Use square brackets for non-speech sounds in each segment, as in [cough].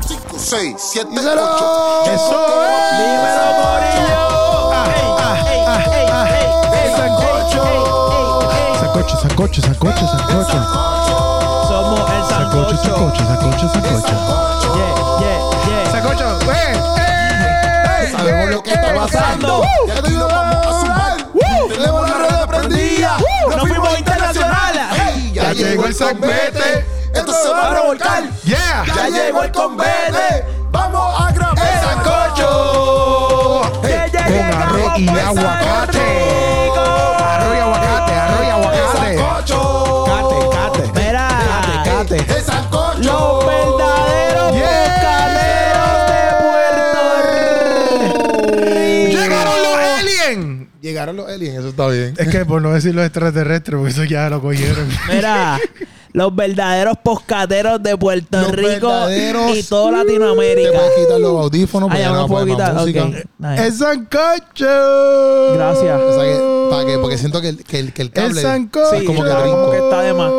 6, 7, 8. Dímelo. Eso es. Dímelo, Sacocho, sacocho, sacocho, sacocho. Somos el Sacocho, sancocho. sacocho, sacocho, sacocho. Yeah, yeah, yeah. Sacocho, ¡eh! Sabemos lo que está pasando. Y aquí lo vamos a sumar. Tenemos la red prendida. ¡Nos fuimos internacionales! Ey, Ya Ya llegó el sorbete. sorbete. Esto se va a revolcar. ¡Yeah! Ya llegó el convete. Vamos a grabar. ¡El sancocho! Oh, Yeah, yeah, Con yeah, arroz y vamos a aguacate. Puerto Rico. Arroz y aguacate, arroz y aguacate. sancocho! Mira, ¡El sancocho! los verdaderos Yeah. pescaderos de Puerto Rico. ¡Llegaron los aliens! Llegaron los aliens, eso está bien. Es que por no decir los extraterrestres, porque eso ya lo [laughs] cogieron. Mira, los verdaderos poscateros de Puerto Los Rico verdaderos- y toda Te Latinoamérica. voy a quitar los audífonos Ah, porque ya ya me no los voy puedo a quitar. poner más música. ok. Nice. ¡El sancocho! Gracias. O sea que- ¿Para qué? Porque siento que el, que el, que el ¡El cable. sancocho! Sí, como que como que está [laughs] de más.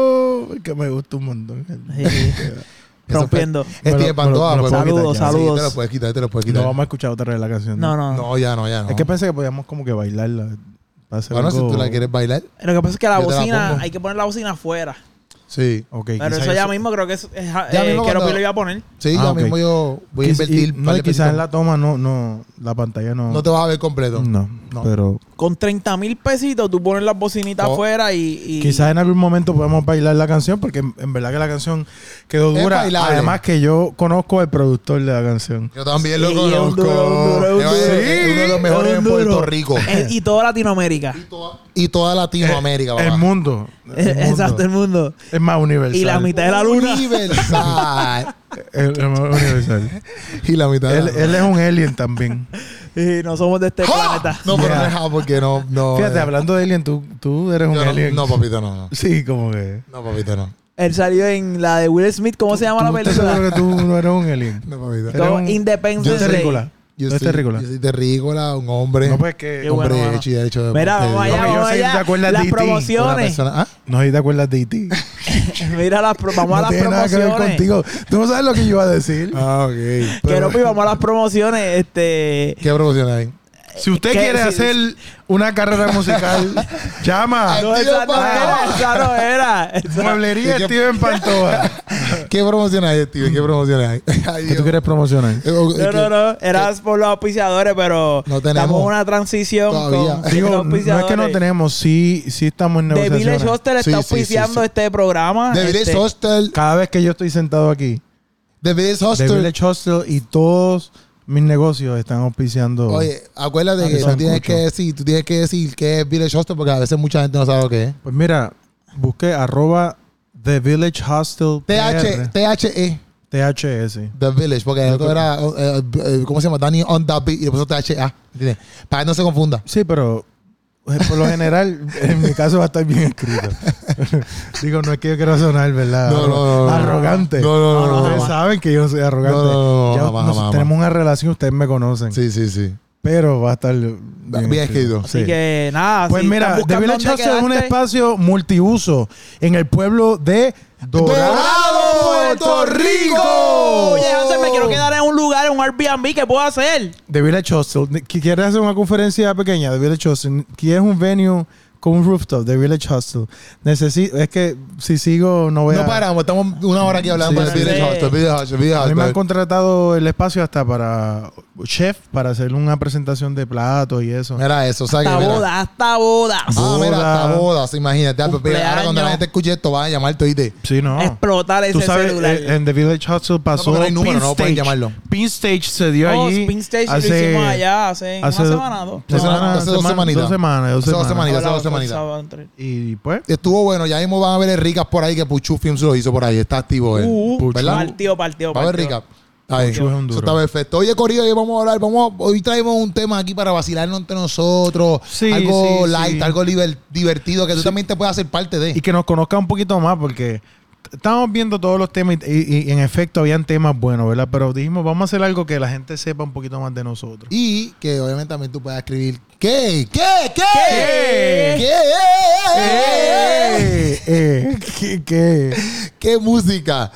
Que me gusta un montón. Sí, sí. Eso fue- Rompiendo. Es Me de lo- Pandora. me lo- pues, me lo puedo puedo quitar ya. Saludos, Sí, saludos. te lo puedes quitar, te lo puedes No quitar. vamos a escuchar otra vez la canción. No, no. No, ya no, ya no. Es que pensé que podíamos como que bailarla. para hacer Bueno, si algo- tú la quieres bailar, Lo que pasa es que la Yo te la bocina, pongo. hay que poner la bocina afuera. sí. Ok, Pero quizás eso ya mismo creo que es, es- eh, mismo Quiero cuando- Pi lo iba a poner. Sí, Ah, ya ok. mismo yo voy a Quiz- invertir. y- no, par y de quizás en pesitos. la toma no, no, la pantalla no. No te vas a ver completo. no, No. pero Con 30 mil pesitos tú pones las bocinitas No. afuera y... y- quizás en algún momento podamos bailar la canción porque en, en verdad que la canción quedó Es dura. bailable. Además que yo conozco al productor de la canción. Yo también Sí, lo es un duro, conozco. un duro, un Es- es uno de duro. los mejores Es un en duro. Puerto Rico. eh, y [laughs] toda Latinoamérica. Y toda Latinoamérica, el papá. mundo. el mundo. [laughs] Exacto, el mundo. Es más universal. Y la mitad de la luna. Universal. El- el [laughs] más universal. y la mitad de él, la luna. él es un [laughs] alien también. [laughs] Y no somos de este ¡Ja! planeta. No, pero Yeah. no es ja, porque no. no Fíjate, eh, hablando de alien, tú, tú eres un yo alien. no, no, papito, no, no. [laughs] Sí, como que. No, papito, no. Él salió en la de Will Smith. ¿Cómo se llama la Tú estás seguro película? que tú no eres un alien. No, papito. eres Como un- Yo Independence No es soy- Day. terrícola. Yo No es soy- terrícola. Yo soy terrícola, un hombre. No, pues que. Qué bueno, hombre mano. hecho y derecho. de- Mira, de- vamos allá, Hombre, yo vamos sé, ¿te allá. acuerdas de Las E.T.? Una promociones. persona. Ah, No sé si te acuerdas de ti. [laughs] Mira, las pro- vamos a no las tiene nada que ver promociones. contigo. Tú no sabes lo que yo iba a decir. ah ok. Que Pero- no, pues, vamos a las promociones. Este, ¿Qué promoción hay? Si usted ¿Qué? quiere Sí, hacer una carrera [laughs] musical, llama no, esa no era, esa no era. Esa- Mueblería ¿Y qué- Steven Pantoa. [laughs] ¿Qué promoción hay, Steve? ¿Qué promoción hay? [laughs] Ay, ¿Qué tú Dios. quieres promocionar? Eh, o- No, que- no, no. Era por los auspiciadores, pero No tenemos. estamos en una transición Todavía. con los Digo, no es que no auspiciadores. tenemos, sí, sí estamos en The Village negociaciones. Hostel está Sí, sí, sí, auspiciando sí. este programa. The Village Este, Hostel. Cada vez que yo estoy sentado aquí, The Village The Hostel. Village Hostel y todos mis negocios están auspiciando. Oye, acuérdate Ah, que que tú sancocho. tienes que decir, tú tienes que decir que es Village Hostel porque a veces mucha gente no sabe lo que es. Pues mira, busqué arroba The Village Hostel TH, PR, THE, THS. E, The Village, porque el otro era, eh, eh, ¿cómo se llama? Danny on the beat y le puso THA, E ¿entiendes? Para que no se confunda. Sí, pero eh, por [laughs] lo general, en mi caso va a estar bien escrito. [laughs] Digo, no es que yo quiera sonar, ¿verdad? No, no, no, no. arrogante. No, no, no, no, Ustedes jamás. saben que yo no soy arrogante. No, no, no, Ya no, jamás, nos- jamás, tenemos una relación, ustedes me conocen. Sí, sí, sí. Pero va a estar Bien, bien, escrito. Así Sí. que nada. Pues si están mira, The buscando Village dónde House es un quedarte, espacio multiuso en el pueblo de Dorado, Puerto Rico. Oye, Hansel, me quiero quedar en un lugar, en un Airbnb, ¿qué puedo hacer? The Village Hostel. ¿Qui- ¿Quieres hacer una conferencia pequeña? The Village Hostel. ¿Quieres un venue con un rooftop? The Village Hostel. Necesito... Es que si sigo no voy a... No paramos, estamos una hora aquí hablando Sí, del Village sí. Hostel, Village Hostel, Village A mí me han Hostel. contratado el espacio hasta para chef, para hacer una presentación de platos y eso. Mira eso, ¿sabes? Hasta qué? Mira. boda, hasta boda. Ah, mira, Boda. hasta bodas, imagínate. Ah, pero mira, Ahora Cumpleaños. cuando la gente escuche esto, van a llamar oíste. Sí, no. Explotar ese Tú sabes, celular. eh, en The Village Hustle pasó porque no hay número, Pin no pueden Stage. llamarlo. Pin Stage se dio Oh, allí. Spin Stage lo hicimos allá hace, hace una semana dos. dos Hace una- semanas, hace dos semana- semanitas. Dos semanas, dos Hace dos semanas. semanitas. hace dos Hablaba con semanitas. Saba entre- Y pues, Estuvo bueno, ya mismo van a ver el Ricas por ahí que Puchu Films lo hizo por ahí. Está activo él. Uh, uh, ¿Verdad? Partido, partido, Va Pues, a ver partido. Ricas. Está bien. Puchu es un Eso duro. está perfecto. Oye, Corillo, hoy vamos a hablar. Vamos, a- hoy traemos un tema aquí para vacilarnos entre nosotros. Sí, algo sí, light, sí. algo liber- divertido que tú también te puedas hacer parte de. y que nos conozca un poquito más porque t- estábamos viendo todos los temas y, y- y en efecto habían temas buenos, ¿verdad? Pero dijimos, vamos a hacer algo que la gente sepa un poquito más de nosotros. Y que obviamente también tú puedas escribir. ¿Qué? ¿Qué? ¿Qué? ¿Qué? ¿Qué? Eh, eh, ¿Qué? qué? ¿Qué música?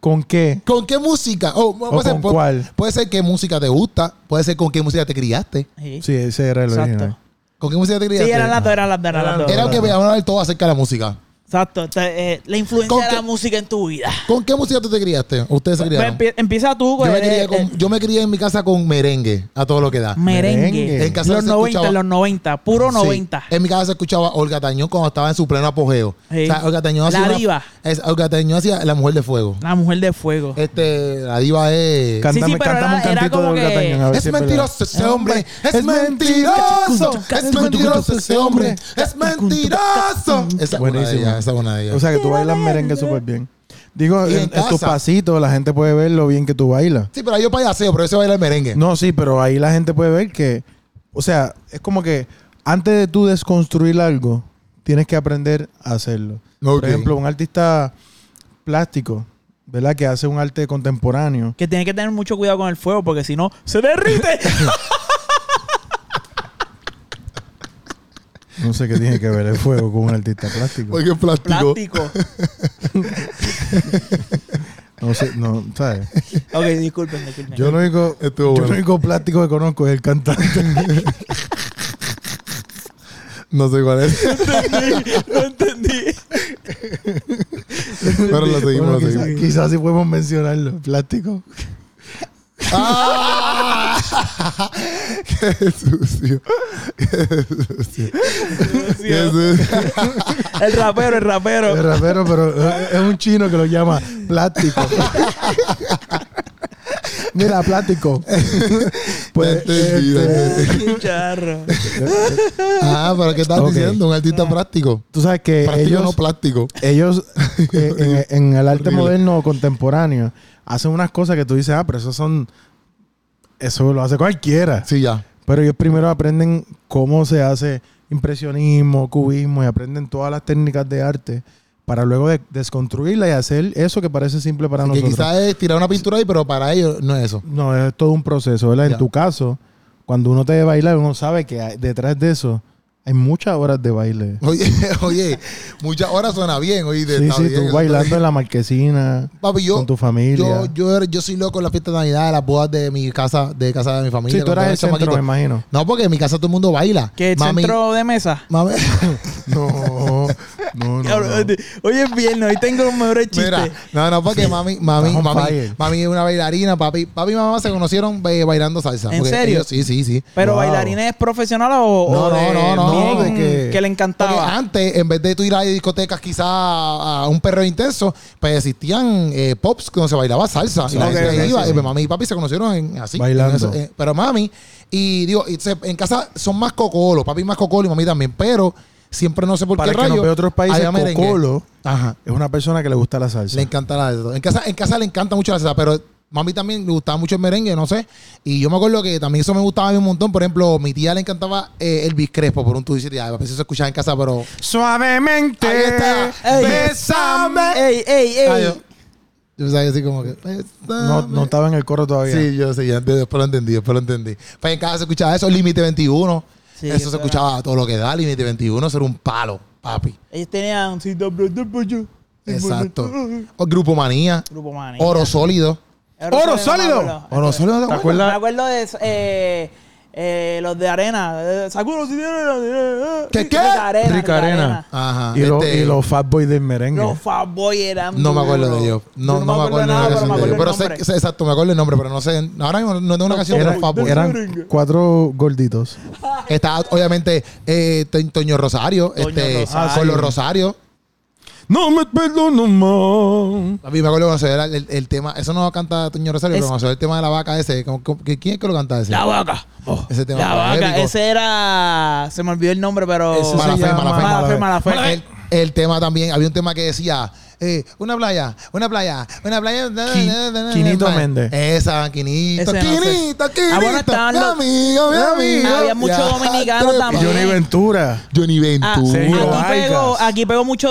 ¿Con qué? ¿Con qué música? Oh, puede, ser, con pu- cuál? puede ser qué música te gusta, puede ser con qué música te criaste. Sí, Sí, ese era el original. exacto. ¿Con qué música te Sí, criaste? eran las dos, eran las dos, eran las dos. Era que veíamos a ver todo acerca de la música. Exacto. Te- eh, la ¿Con influencia de qué? la música en tu vida. ¿Con qué música tú te criaste? Ustedes se Pues, criaron. empie- empieza tú, Yo güey. me, crié eh, con- eh, yo me crié en mi casa con merengue, a todo lo que da. merengue. merengue. En casa los se 90, escuchaba- los 90, puro Sí. Eh. 90. En mi casa se escuchaba Olga Tañón cuando estaba en su pleno apogeo. Sí. O sea, Olga Tañón La hacía. una- diva. es- Olga Tañón hacía La Mujer de Fuego. La mujer de fuego. Este, la diva es. Cántame, sí, pero cántame era- un era cantito de como Olga que- Tañón, a ver Es si es verdad. mentiroso ese hombre, es Es mentiroso, es mentiroso, mentiroso ese hombre, es mentiroso. Esa es una de Buenísimo. ellas, esa es una de ellas. O sea que tú bailas merengue súper bien. Digo, Y en en, en tus casa. pasitos la gente puede ver lo bien que tú bailas. sí, pero hay un payaseo, pero ese baila el merengue. No, sí, pero ahí la gente puede ver que, o sea, es como que antes de tú desconstruir algo, tienes que aprender a hacerlo. Ok. Por ejemplo, un artista plástico, ¿verdad? Que hace un arte contemporáneo. Que tiene que tener mucho cuidado con el fuego porque si no, se derrite. No sé qué tiene que ver el fuego con un artista plástico. Porque es plástico. Plástico. No sé, no, ¿sabes? ok, disculpen, disculpen. Yo lo único, Estuvo yo bueno. lo único plástico que conozco es el cantante. [laughs] No sé cuál es. [laughs] no entendí. Pero lo seguimos, lo Bueno, quizás seguimos. quizás sí podemos mencionarlo, el plástico. [laughs] ¡Ah! ¡Qué sucio! ¡Qué sucio! El rapero, el El rapero. rapero, pero eh, es un chino que lo llama [laughs] plástico. Mira, plástico. Pues, Entendí, este, entendí. Charro. Ah, pero ¿qué estás Ok. diciendo? Un artista plástico. tú sabes que Plástico ellos, no plástico. [laughs] ellos eh, en, en el arte Horrible. moderno contemporáneo hacen unas cosas que tú dices, ah, pero eso son. Eso lo hace cualquiera. Sí, ya. Pero ellos primero aprenden cómo se hace impresionismo, cubismo y aprenden todas las técnicas de arte para luego de- desconstruirla y hacer eso que parece simple para Que nosotros. quizás es tirar una pintura ahí, pero para ellos no es eso. [laughs] No, es todo un proceso, ¿verdad? Ya. En tu caso, cuando uno te baila, uno sabe que hay- detrás de eso hay muchas horas de baile. Oye, oye, muchas horas suena bien, oye, de- Sí, está sí, bien, tú eso bailando está en la marquesina, bien. Papi, yo, con tu familia. yo, yo, yo soy loco en la fiesta de Navidad, las bodas de mi casa, de casa de mi familia. sí, tú cuando eras era el centro, chamaquito. me imagino. No, porque en mi casa todo el mundo baila. Que el mami, centro de mesa. [laughs] mami- [laughs] [laughs] No, no, no. Cabrón, no. Hoy es viernes, hoy tengo los mejores chistes. Mira, no, no, porque mami, mami, Estás on mami, fire. mami es una bailarina, papi. Papi y mamá se conocieron eh, bailando salsa. ¿En porque serio? ellos- sí, sí, sí. Pero Wow. bailarines profesionales o, o No, no, de no, no, bien que, de que- le Porque encantaba. antes, en vez de tú ir a discotecas quizá a a un perro intenso, pues existían eh, pops donde se bailaba salsa. y la Ok, gente sí, iba, sí, y sí. mami y papi se conocieron en- así. Bailando. en eso, eh, pero mami, y digo, y se- en casa son más cocolos, papi más cocolo y mami también, pero siempre no sé por Para qué el que rayos. nos ve otros países, había merengue. Cocolo Ajá. es una persona que le gusta la salsa. Le encanta la salsa. En casa, en casa le encanta mucho la salsa, pero mami también le gustaba mucho el merengue, no sé. Y yo me acuerdo que también eso me gustaba a mí un montón. Por ejemplo, mi tía le encantaba eh, el Crespo por un tuyo. Y a veces se escuchaba en casa, pero. Suavemente, Ahí está. Ah, Ey. bésame. ey, ey, ey. Ah, yo, yo sabía así como que. No, no estaba en el coro todavía. Sí, yo sé, ya, después lo entendí, después lo entendí. Pues en casa se escuchaba eso, Límite 21. Sí, eso se pero- escuchaba a todo lo que da, Límite 21, eso era un palo, papi. Ellos tenían sí, doble, doble, yo. Exacto. O Grupo Manía, Grupo Manía. Oro Sólido. Oro no me sólido. acuerdo. Oro Sólido, ¿Te ¿te acuerdas? Me acuerdo acuerdas? de eh, eh, los de arena. Eh, Sacudo si tiene- eh, ¿Qué, eh, qué? Los de arena. Rica los de Arena. Ajá. Y, lo- este- y los fat boys del merengue. Los Fatboy eran. No me acuerdo duros. de ellos. Yo No, no me acuerdo de nada, la canción pero me de ellos. acuerdo Pero el nombre. sé, sé- exacto, me acuerdo el nombre, pero no sé. Ahora mismo no tengo una canción de Era- los Fat Boys. eran cuatro gorditos. Está, obviamente, eh, To- Toño Rosario, Toño este, Rosario. con los Rosario. No me perdono más. A mí me acuerdo cuando se era el, el tema, eso no lo canta Toño Rosario, Es- pero cuando se ve el tema de la vaca ese, como- como- que- ¿quién es que lo canta ese? La vaca. Oh, Ese tema La fue vaca. épico. Ese era. Se me olvidó el nombre, pero. Ese se Mala fe, llama- mala fe, Mala fe, mala fe. el, el tema también, había un tema que decía, eh, una playa, una playa, una playa. na, Qui- na, na, na, Quinito na, na. Méndez. Esa, Quinito. Ese no sé. Quinito, Quinito. Ah, bueno, estaban mi los- Ah, amigo, mi amigo. Había muchos Ya, dominicanos tres- Y también. Johnny Ventura. Johnny Ah, Sí, Ventura. Vargas. aquí, pegó, aquí pegó mucho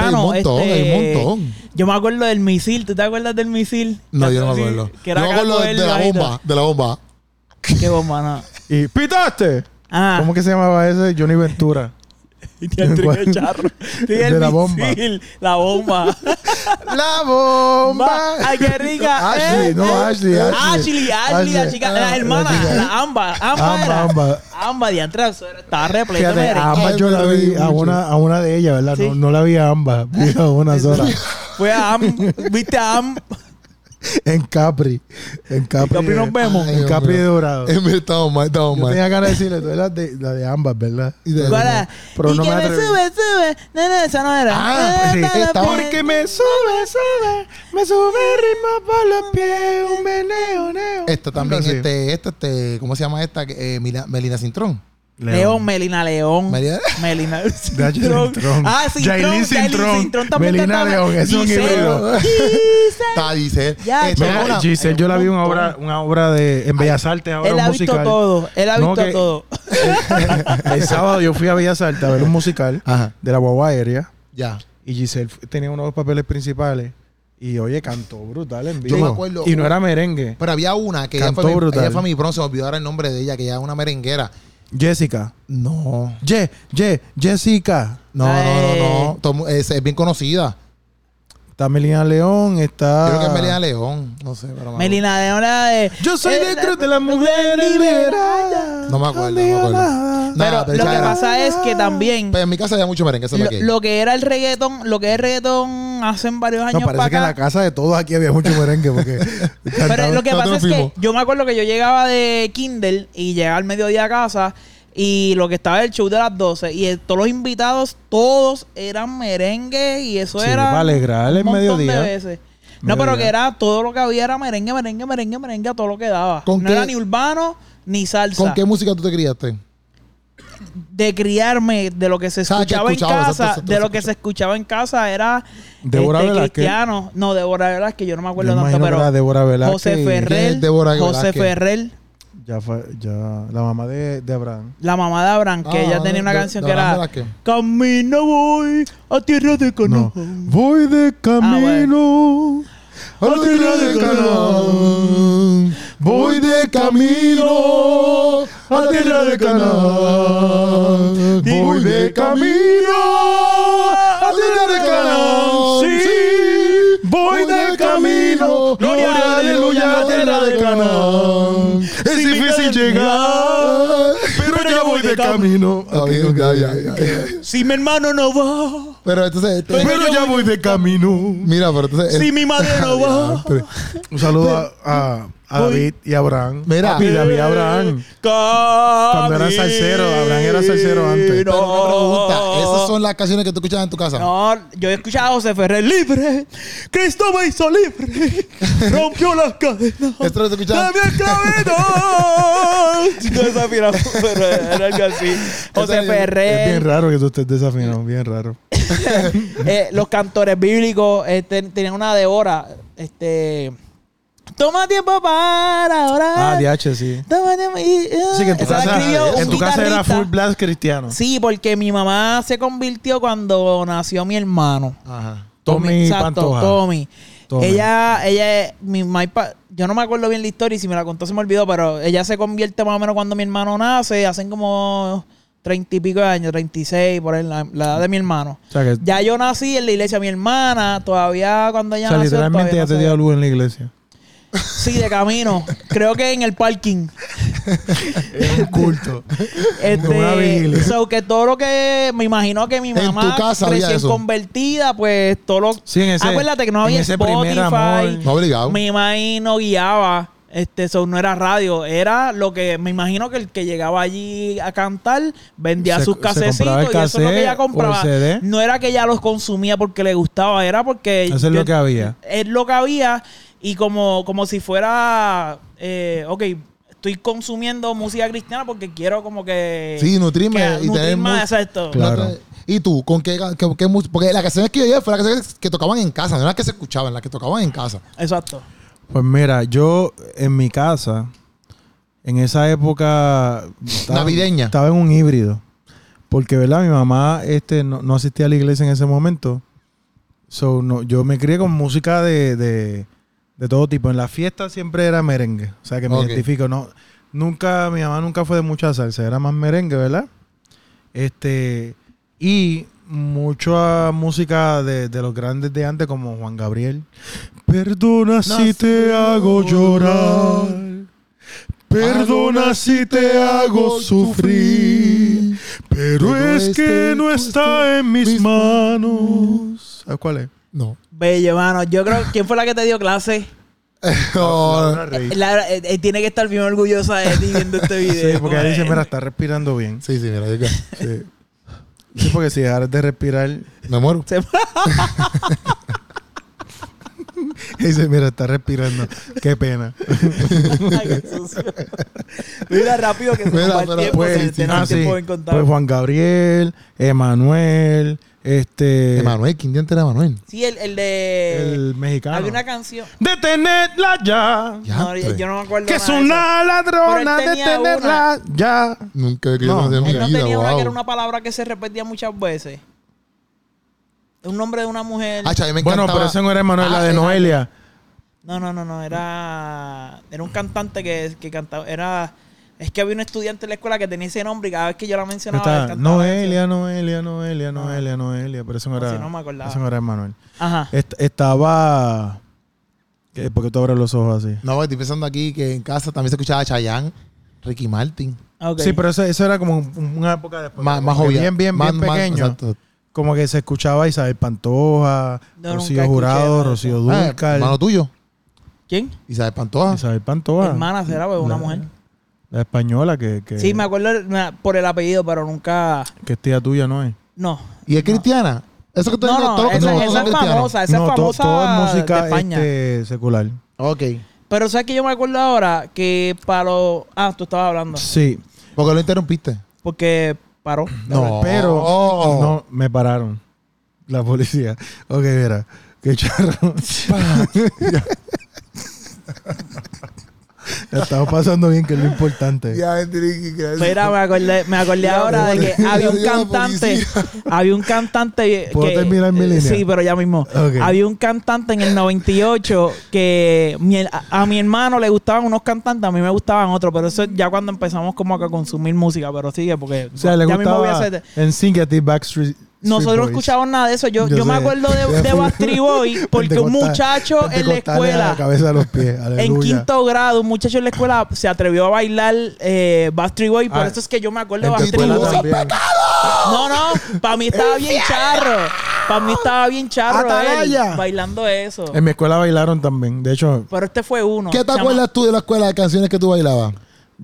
Ya, hay un montón, este, hay un montón. Yo me acuerdo del misil. ¿Tú te acuerdas del misil? no, Que yo no así, me acuerdo. Que Yo era me acuerdo de, Caco de la Delgadito. bomba, de la bomba. Qué bomba, no. Y pitaste. Ah, ¿Cómo que se llamaba ese? Johnny Ventura. Diantre, qué [laughs] charro. Tiene el De la bomba. misil, La bomba. [laughs] ¡La bomba! Va. Ay, qué rica. [laughs] Ashley, eh, no, eh. Ashley, Ashley. Ashley, Ashley, la chica, ah, las hermanas, chica. la- ambas, ambas, Ambas, era- ambas. ambas, diantre, eso era- estaba repleta. Fíjate, merengue. a ambas yo la vi, a una, a una de ellas, ¿verdad? No, no la vi a ambas, [laughs] vi a una sola. Fue a Am, viste a Am, En Capri. En Capri. Capri nos de- vemos. En Capri [laughs] de Dorado. Es verdad, estamos mal, estamos Ah. Yo mal. tenía ganas de decirle, tú eras de, la de ambas, ¿verdad? Y de- ¿cuál era? [laughs] Pero y no que me me, atreví. sube, sube, no, no, esa no era. Ah, No, sí, no, no, estaba- no. Porque me sube, sube, me sube ritmo por los pies, un meneo, neo. Esta también, Algo así. este, esta, este, ¿cómo se llama esta? Que, eh, Mila- Melina Cintrón. León, Melina León. Melina- [laughs] Melina Ya, Cintrón. Cintrón. Ah, Cintrón. Yailin Yailin Cintrón. Cintrón también Melina cantaba. León, es un Giselle. híbrido. Giselle. Está Giselle. Ya, Esta Mira, eh, es una- Giselle, yo la vi en una obra, una obra de, en Bellas Artes, ahora Él un ha visto musical. todo. Él ha No, visto que- todo. [laughs] El sábado yo fui a Bellas Artes a ver un musical Ajá, de la guagua aérea ya. y Giselle f- tenía uno de los papeles principales y oye, cantó brutal en vivo. me acuerdo- Y no era merengue. Pero había una que ella Cantó fue, mi, brutal. ella fue mi bronce, se me olvidó ahora el nombre de ella, que ella es una merenguera. Jessica. No. Ye, ye, Jessica. No, no, no, Ay. no. Todo el mu- Es, es bien conocida. Está Melina León, está... Yo creo que es Melina León. No sé, pero me Melina León era de. Yo soy Eh, de Cruz de la Mujer Liberada. No me acuerdo, digo no me acuerdo. nada. No, Pero pero lo esa que era. pasa es que también. Pero en mi casa había mucho merengue, esa es la Lo, que. lo que era el reggaetón, lo que es el reggaetón hace varios No, años para parece que en la acá. casa de todos aquí había mucho merengue porque... [laughs] Pero lo que cantaba- pasa es que yo me acuerdo que yo llegaba de Kindle y llegaba al mediodía a casa y lo que estaba era el show de las 12 y eh, todos los invitados, todos eran merengue y eso Sí, era para alegrar el un montón mediodía. de veces. No, pero Mediodía. que era todo lo que había era merengue, merengue, merengue, merengue, a todo lo que daba. ¿Con no qué- era ni urbano ni salsa. ¿Con qué música tú te criaste? de criarme de lo que se ¿Sabes qué escuchaba en escuchabas? casa, Exacto, exacto, de lo exacto. que se escuchaba en casa era Débora este, Velázquez. cristiano, no Débora Velázquez, yo no me acuerdo Yo tanto, imagino que pero era Débora Velázquez y- José ¿Quién es Ferrer, Débora José Velázquez? Ferrer, Ya fue, ya... La mamá de, de Abraham. la mamá de Abraham, que Ah, ella tenía una de- canción de que Abraham era Velázquez. Camino voy a tierra de No. Ah, Canaán. Voy de camino. A la tierra de Canaán. Voy de camino. A la tierra de Canaán. Voy de camino. A la tierra de Canaán. Sí. Voy de camino. Gloria, aleluya. A la tierra de Canaán. Es difícil llegar. Pero ya voy de Ah, camino. Está bien, Ok, ok, ya, ya, ok. ya, ya. Si mi hermano no va, Pero entonces. este- Pues, Pero ya voy de camino. mira, pero entonces. este, el- si mi madre no va, Un saludo a, a- a David y a Abraham. Mira. Papi, David eh, y Abraham. cuando era salsero, Abraham era salsero antes. pero una pregunta. ¿Esas son las canciones que tú escuchabas en tu casa? No, yo he escuchado a José Ferrer libre. Cristo me hizo libre. Rompió las cadenas. ¿Esto es lo que tú escuchabas? ¡De mi [laughs] esclavitud! Si tú desafinas, pero era algo así. José Es bien Ferrer. raro que tú estés desafinado, bien raro. eh, los cantores bíblicos eh, ten- tenían una de hora. Este. Toma tiempo para Ah, orar. DH, sí. Toma tiempo. y- ah". Sí, que en tu Esa la escribió casa, en un tu casa era guitarrista. full blast cristiano. Sí, porque mi mamá se convirtió cuando nació mi hermano. Ajá. Tommy exacto, Pantoja. Tommy. Tommy. Ella, ella, mi, my pa- yo no me acuerdo bien la historia y si me la contó se me olvidó, pero ella se convierte más o menos cuando mi hermano nace, hacen como treinta y pico de años, treinta y seis, por ahí, la, la edad de mi hermano. O sea, que, Ya yo nací en la iglesia de mi hermana, todavía cuando o ella sea, nació. ah, todavía literalmente ya no te sabía- dio luz en la iglesia. Sí, de camino. Creo que en el parking. [laughs] Un culto. Una Este, vigilia. so que todo lo que me imagino que mi En mamá tu casa había recién eso. convertida, pues todo lo Sí, en ese- acuérdate que no en había ese primer amor. Spotify. No obligado. Mi maíz no guiaba, este, so, no era radio, era lo que me imagino que el que llegaba allí a cantar vendía Se- sus se casecitos compraba el y eso es lo que cassette o ella el compraba. CD. No era que ella los consumía porque le gustaba, era porque Eso es lo que había. Es lo que había y como, como si fuera, eh, ok, estoy consumiendo música cristiana porque quiero como que Sí, nutrirme que y tener nutrirme, mu- exacto. Claro. ¿Y tú? ¿Con qué, qué, qué música? Porque las canciones que yo llevé fueron las canciones que tocaban en casa, no las que se escuchaban, las que tocaban en casa. Exacto. Pues mira, yo en mi casa, en esa época estaba- Navideña. estaba en un híbrido. Porque, ¿verdad? Mi mamá este, no, no asistía a la iglesia en ese momento. So, no, yo me crié con música de, de- de todo tipo. En la fiesta siempre era merengue. O sea, que me Ok. identifico. No, nunca, mi mamá nunca fue de mucha salsa. Era más merengue, ¿verdad? Este, Y mucha música de, de los grandes de antes, como Juan Gabriel. Perdona si te hago llorar. Perdona si te hago sufrir. Pero es que no está en mis manos. ¿Sabes cuál es? No. [laughs] Bello, mano. Yo creo. ¿Quién fue la que te dio clase? No, La- eh, eh, tiene que estar bien orgullosa de ti viendo este video. [laughs] Sí, porque ella dice, man. [laughs] mira, está respirando bien. Sí, sí, mira, yo que- Sí. Sí, porque si dejaras de respirar, me muero. Se- dice, mira, está respirando. Qué pena. [laughs] Ay, qué sucio. Mira rápido que se Mira, nos va el pero tiempo. Pues, se- tenemos ah, sí. tiempo bien contado. Pues Juan Gabriel, Emanuel, este. Emanuel, ¿quién diante era Emanuel? sí, el, el de... El mexicano. Eh, Había una canción. Detenerla ya. pues. Ya, No, yo, tres. yo no me acuerdo Que nada es de eso. una Pero ladrona. él tenía Detenerla ya. Nunca he No, querido conocer él mi Él no vida, tenía una que era wow. una palabra que se repetía muchas veces. Un nombre de una mujer. Ah, Hacha, a mí Ah, me Bueno, encantaba- pero esa no era Emanuel, la Ah, de sí, Noelia. No, no, no, no. Era. Era un cantante que, que cantaba. Era. Es que había un estudiante en la escuela que tenía ese nombre y cada vez que yo la mencionaba. él Está, cantaba la Noelia, canción. Noelia, Noelia, Noelia, Noelia. Pero eso no No, era. si no me acordaba. Eso no era Emanuel. Ajá. Est- estaba. ¿Qué? ¿Por qué tú abres los ojos así? No, estoy pensando aquí que en casa también se escuchaba Chayanne, Ricky Martin. Ok. Sí, pero eso, eso era como un- una época después. Más, como más que obvia. Bien, bien, Más- bien más- pequeño. exacto. Como que se escuchaba Isabel Pantoja, No, nunca Rocío escuché Jurado, nada de Rocío Ah, Dúrcal. hermano tuyo, ¿Quién? Isabel Pantoja. Isabel Pantoja. Hermana será, pues, una La- mujer. La española que, que, Sí, me acuerdo el- me- por el apellido, pero nunca. que es tía tuya, ¿no es? No. ¿Y es cristiana? Eso que tú No, dices, no, todo lo que tú esa, dices, esa son es cristianos. famosa, esa no, es to- famosa todo es música de España. este, secular. Ok. Pero sabes que yo me acuerdo ahora que paró. Ah, tú estabas hablando. Sí. Porque lo interrumpiste. Porque paró. No, pero no me pararon. La policía. Ok, mira. Qué charro. ya. La estamos pasando bien, que es lo importante. Ya, Enrique, gracias. Mira, me acordé, me acordé ahora pues, de [laughs] que había un Yo la cantante. Había un cantante. ¿Puedo que- terminar mi eh, línea? Sí, pero ya mismo. Ok. Había un cantante en el 98 que mi- a, a mi hermano le gustaban unos cantantes, a mí me gustaban otros, pero eso es ya cuando empezamos como que a consumir música, pero sigue porque O sea, le ya mismo voy a gustaba hacer- en Sync a ti Backstreet Nosotros no Street Boys. escuchábamos nada de eso. Yo, Yo yo, me sé. acuerdo [laughs] de, de Backstreet Boy porque un Pentecostal- muchacho en la pentecostales a la escuela, cabeza a los pies. en Aleluya. quinto grado, un muchacho en la escuela se atrevió a bailar eh, Backstreet Boy. Por Ah, eso es que yo me acuerdo de En tu Backstreet escuela Boy. también. No, no, para mí estaba bien charro. Para mí estaba bien charro él Atalaya. bailando eso. En mi escuela bailaron también. De hecho, Pero este fue uno. ¿Qué te chama- acuerdas tú de la escuela de canciones que tú bailabas?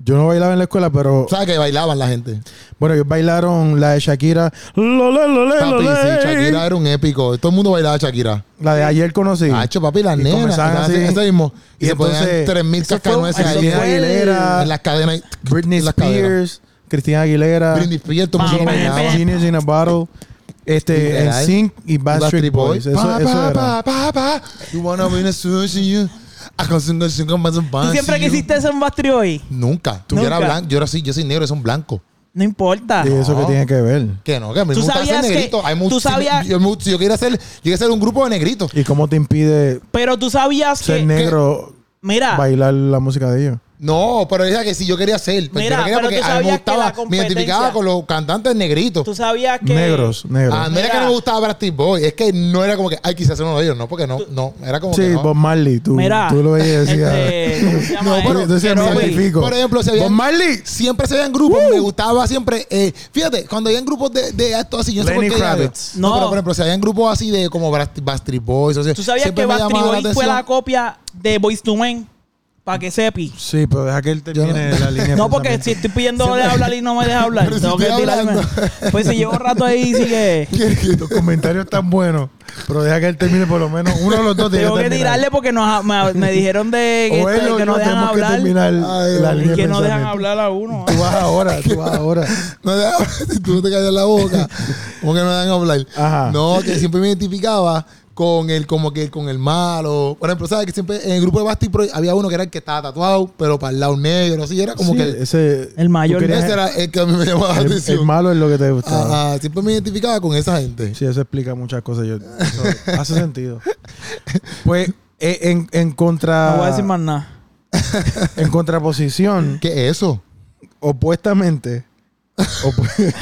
yo no bailaba en la escuela, pero ¿Sabes que bailaban la gente? bueno, ellos bailaron la de Shakira. Lo, lo, lo, lo, lo, Papi, lo. eh. sí, Shakira era un épico. Todo el mundo bailaba Shakira. La de ayer conocí. Hacho, papi, las Y nenas. comenzaban y así. eso mismo. Y, Y se ponían entonces, 3.000 eso fue- cascanueces eso ahí fue el- Aguilera. en las cadenas. Britney en las cadenas. Spears, Cristina Aguilera, Britney Spears, todo el mundo Pam, bailaba. pam, pam. Genius in a Bottle, este, Literal. NSYNC y Backstreet Boys. Eso, Pa, eso pa, era. pa, pa, pa. You wanna be in a sushi, you- I can sing a song about some ¿Tú siempre fancy, you. quisiste ser un Backstreet Boy? Nunca. Tú Nunca. yo era blanco. Yo era así, yo soy negro, yo soy un blanco. No importa. ¿Y eso que tiene que ver? Que no, que a mí me ¿Tú gusta ser sabías que- negrito. Hay tú muchos- sabías- yo, yo, yo quiero hacer, yo quiero hacer un grupo de negritos. ¿Y cómo te impide Pero tú sabías ser que. negro Ah. Mira, bailar la música de ellos? No, pero era que si yo quería hacer. Pero yo Mira, no quería pero porque tú a mí me sabías que la gustaba, me identificaba competencia- con los cantantes negritos. tú sabías que. Negros, negros. A mí era que Mira. no me gustaba Brastic Boy. Es que no era como que, ay, quizás uno de ellos. No, porque no, no. Era como sí, que no. Bob Marley, tú, Mira. tú lo veías y decías. este, [laughs] ¿Cómo se llama? No, él? pero- Tú decías, Quiero me Por ver. identifico. por ejemplo, se Bob veían, Marley. siempre se veían grupos. Uh. Me gustaba siempre. eh, fíjate, cuando habían grupos de, de actos así, yo no sé Lenny por qué. ya había- Kravitz. No, No. pero por ejemplo, se habían grupos así de como Brast- Backstreet Boys. O sea, ¿Tú sabías siempre que me Backstreet llamaba la Boy fue atención. la copia de Boys to Men? Para que sepi. Sí, pero deja que él Yo no- termine la línea. de No, porque si pensamiento. estoy pidiéndole hablar y no me deja hablar, Pero si tengo que estoy tirarme. hablando. Pues si llevo un rato ahí, sigue. [laughs] Los comentarios están buenos, pero deja que él termine por lo menos. Uno de los dos tiene Tengo que terminar. tirarle porque nos- me, me dijeron de que, O este- él o que yo no dejan tenemos que hablar. terminar Ay, la Dios. línea y de que no dejan pensamiento. hablar a uno. ¿eh? Tú vas ahora, tú [laughs] vas ahora. No dejaban- [laughs] tú no te callas la boca. Como que no dejan hablar. Ajá. No, que siempre me identificaba con el como que con el malo. Por ejemplo, sabes que siempre en el grupo de Basti había uno que era el que estaba tatuado, pero para el lado negro, así era como Sí, que ese, El mayor tú querías- ese era el que a mí me llamaba la el, el atención. malo es lo que te gustaba. Ajá, siempre me identificaba con esa gente. Sí, eso explica muchas cosas. Yo, [laughs] eso hace sentido. Pues eh, en, en contra No voy a decir más nada. en contraposición, ¿Qué es eso? opuestamente, opu-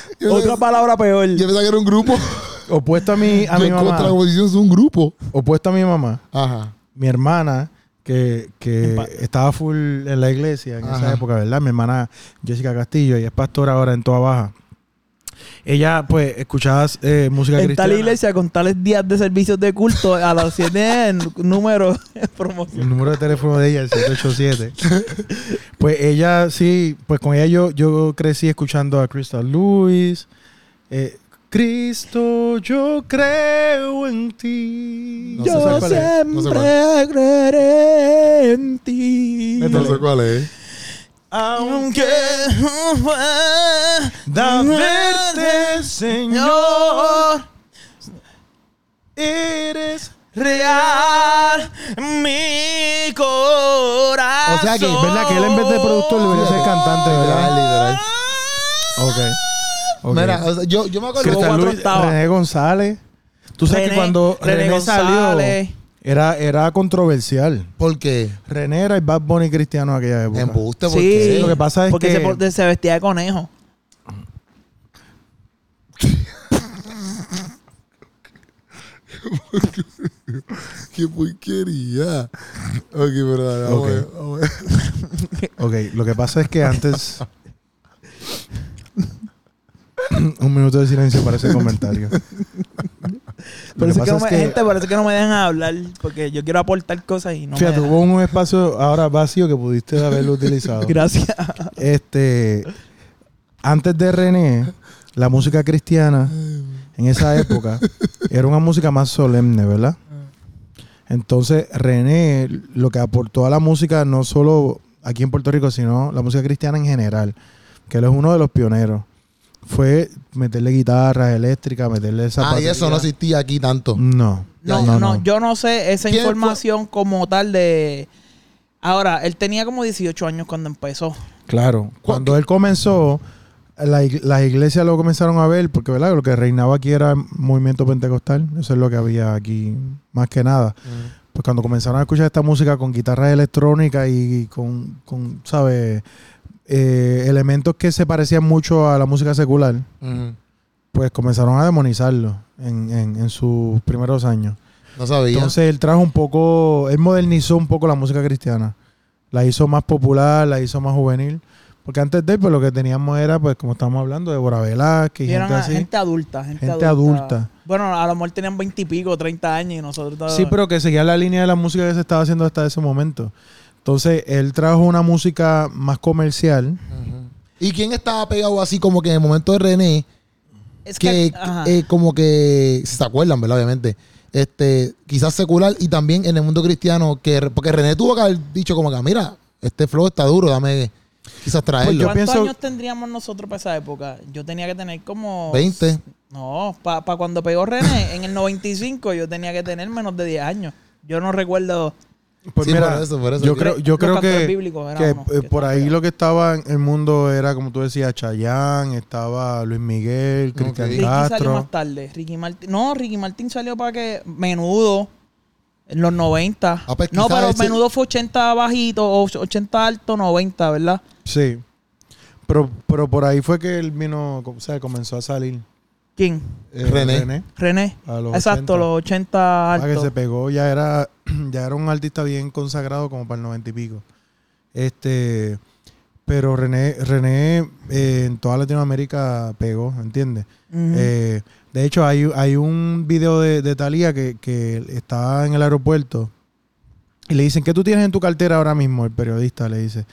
[laughs] Otra palabra peor. Yo pensaba que era un grupo. Opuesto a mi, [laughs] Yo a mi encuentro la mamá. composición es un grupo. Opuesto a mi mamá. Ajá. mi hermana, que, que estaba full en la iglesia en esa Ajá. época, ¿verdad? Mi hermana Jessica Castillo, ella es pastora ahora en Toda Baja. Ella, pues, escuchaba eh, música en tal cristiana. iglesia con tales días de servicios de culto a los 100 en número de promoción. El número de teléfono de ella, el 787. [laughs] pues ella, sí, pues con ella yo, yo crecí escuchando a Crystal Lewis. eh, Cristo, yo creo en ti. No sé Yo cuál es, no sé siempre creeré en ti. No sé cuál es. [laughs] Aunque Da verte, Señor, Señor eres. real mi corazón. O sea que, ¿verdad? Que él en vez de productor debería ser cantante, Literal, ¿verdad? literal. Ok. ok. Mira, o sea, yo, yo me acuerdo. Cristal- Cristal cuatro Luis, octavas. René González. Tú sabes René- que cuando René René, González. salió, era, era controversial. ¿Por qué? René era el Bad Bunny cristiano de aquella época. Embuste, ¿por Sí, qué? Lo que pasa es porque que- se por- se, vestía de conejo. Qué porquería. Ok, perdón. vamos a ver, Ok. vamos a ver. Ok, lo que pasa es que antes. [laughs] Un minuto de silencio para [laughs] ese comentario. Lo que Parece que, pasa no es me, que- gente, parece que no me dejan hablar porque yo quiero aportar cosas y no Fíjate, me hubo un espacio ahora vacío que pudiste haberlo [laughs] utilizado. dejan. Gracias. Este, antes de René, la música cristiana en esa época era una música más solemne, ¿verdad? Entonces, René lo que aportó a la música, no solo aquí en Puerto Rico, sino la música cristiana en general, que él es uno de los pioneros, fue meterle guitarras eléctricas, meterle esa Ah, y eso no existía aquí tanto. No, No, no, yo no sé esa ¿Quién fue? información como tal de... Ahora, él tenía como 18 años cuando empezó. Claro, cuando él comenzó, la ig- las iglesias lo comenzaron a ver, porque ¿verdad? lo que reinaba aquí era movimiento pentecostal, eso es lo que había aquí más que nada. Pues cuando comenzaron a escuchar esta música con guitarras electrónicas y con, con ¿sabes? Eh, elementos que se parecían mucho a la música secular, Ujú. pues comenzaron a demonizarlo en, en- en sus primeros años. No sabía. Entonces él trajo un poco, él modernizó un poco la música cristiana. La hizo más popular, la hizo más juvenil. Porque antes de él, pues lo que teníamos era, pues como estábamos hablando, Débora Velázquez, Y y gente eran a- así. gente, adulta, gente, Gente adulta. Bueno, a lo mejor tenían 20 y pico, 30 años y nosotros... todavía- Sí, pero que seguía la línea de la música que se estaba haciendo hasta ese momento. Entonces él trajo una música más comercial. ¿Y quién estaba pegado así como que en el momento de René? Es que ajá. eh, como que si se acuerdan, ¿verdad? Obviamente. Este, quizás secular y también en el mundo cristiano, que porque René tuvo que haber dicho como que, mira, este flow está duro, dame quizás traerlo. Pues yo ¿Cuántos pienso- años tendríamos nosotros para esa época? Yo tenía que tener como... 20. No, para cuando pegó René, en el 95 yo tenía que tener menos de 10 años. Yo no recuerdo... Pues Sí, mira, por eso, por eso. yo Yo- creo, yo Los creo cantores que, bíblicos eran que, unos eh, que por ahí estaban lo que estaba en el mundo era, como tú decías, Chayanne, estaba Luis Miguel, Cristian Ok. Ricky salió Castro. más tarde. Ricky Martin. No, Ricky Martin salió para que menudo. En los 90. Ah, pues no, quizás pero ese- menudo fue 80 bajito, o 80 alto, 90, ¿verdad? Sí. Pero, pero por ahí fue que él vino, o sea, comenzó a salir. ¿Quién? eh, René. René. A los Exacto, 80. los 80 Ah, que altos. se pegó, ya era, [clears throat] ya era un artista bien consagrado como para el noventa y pico. Este, pero René, René eh, en toda Latinoamérica pegó, ¿entiendes? Ujú. Eh, de hecho, hay, hay un video de, de Thalía que, que está en el aeropuerto y le dicen, ¿qué tú tienes en tu cartera ahora mismo? El periodista le dice.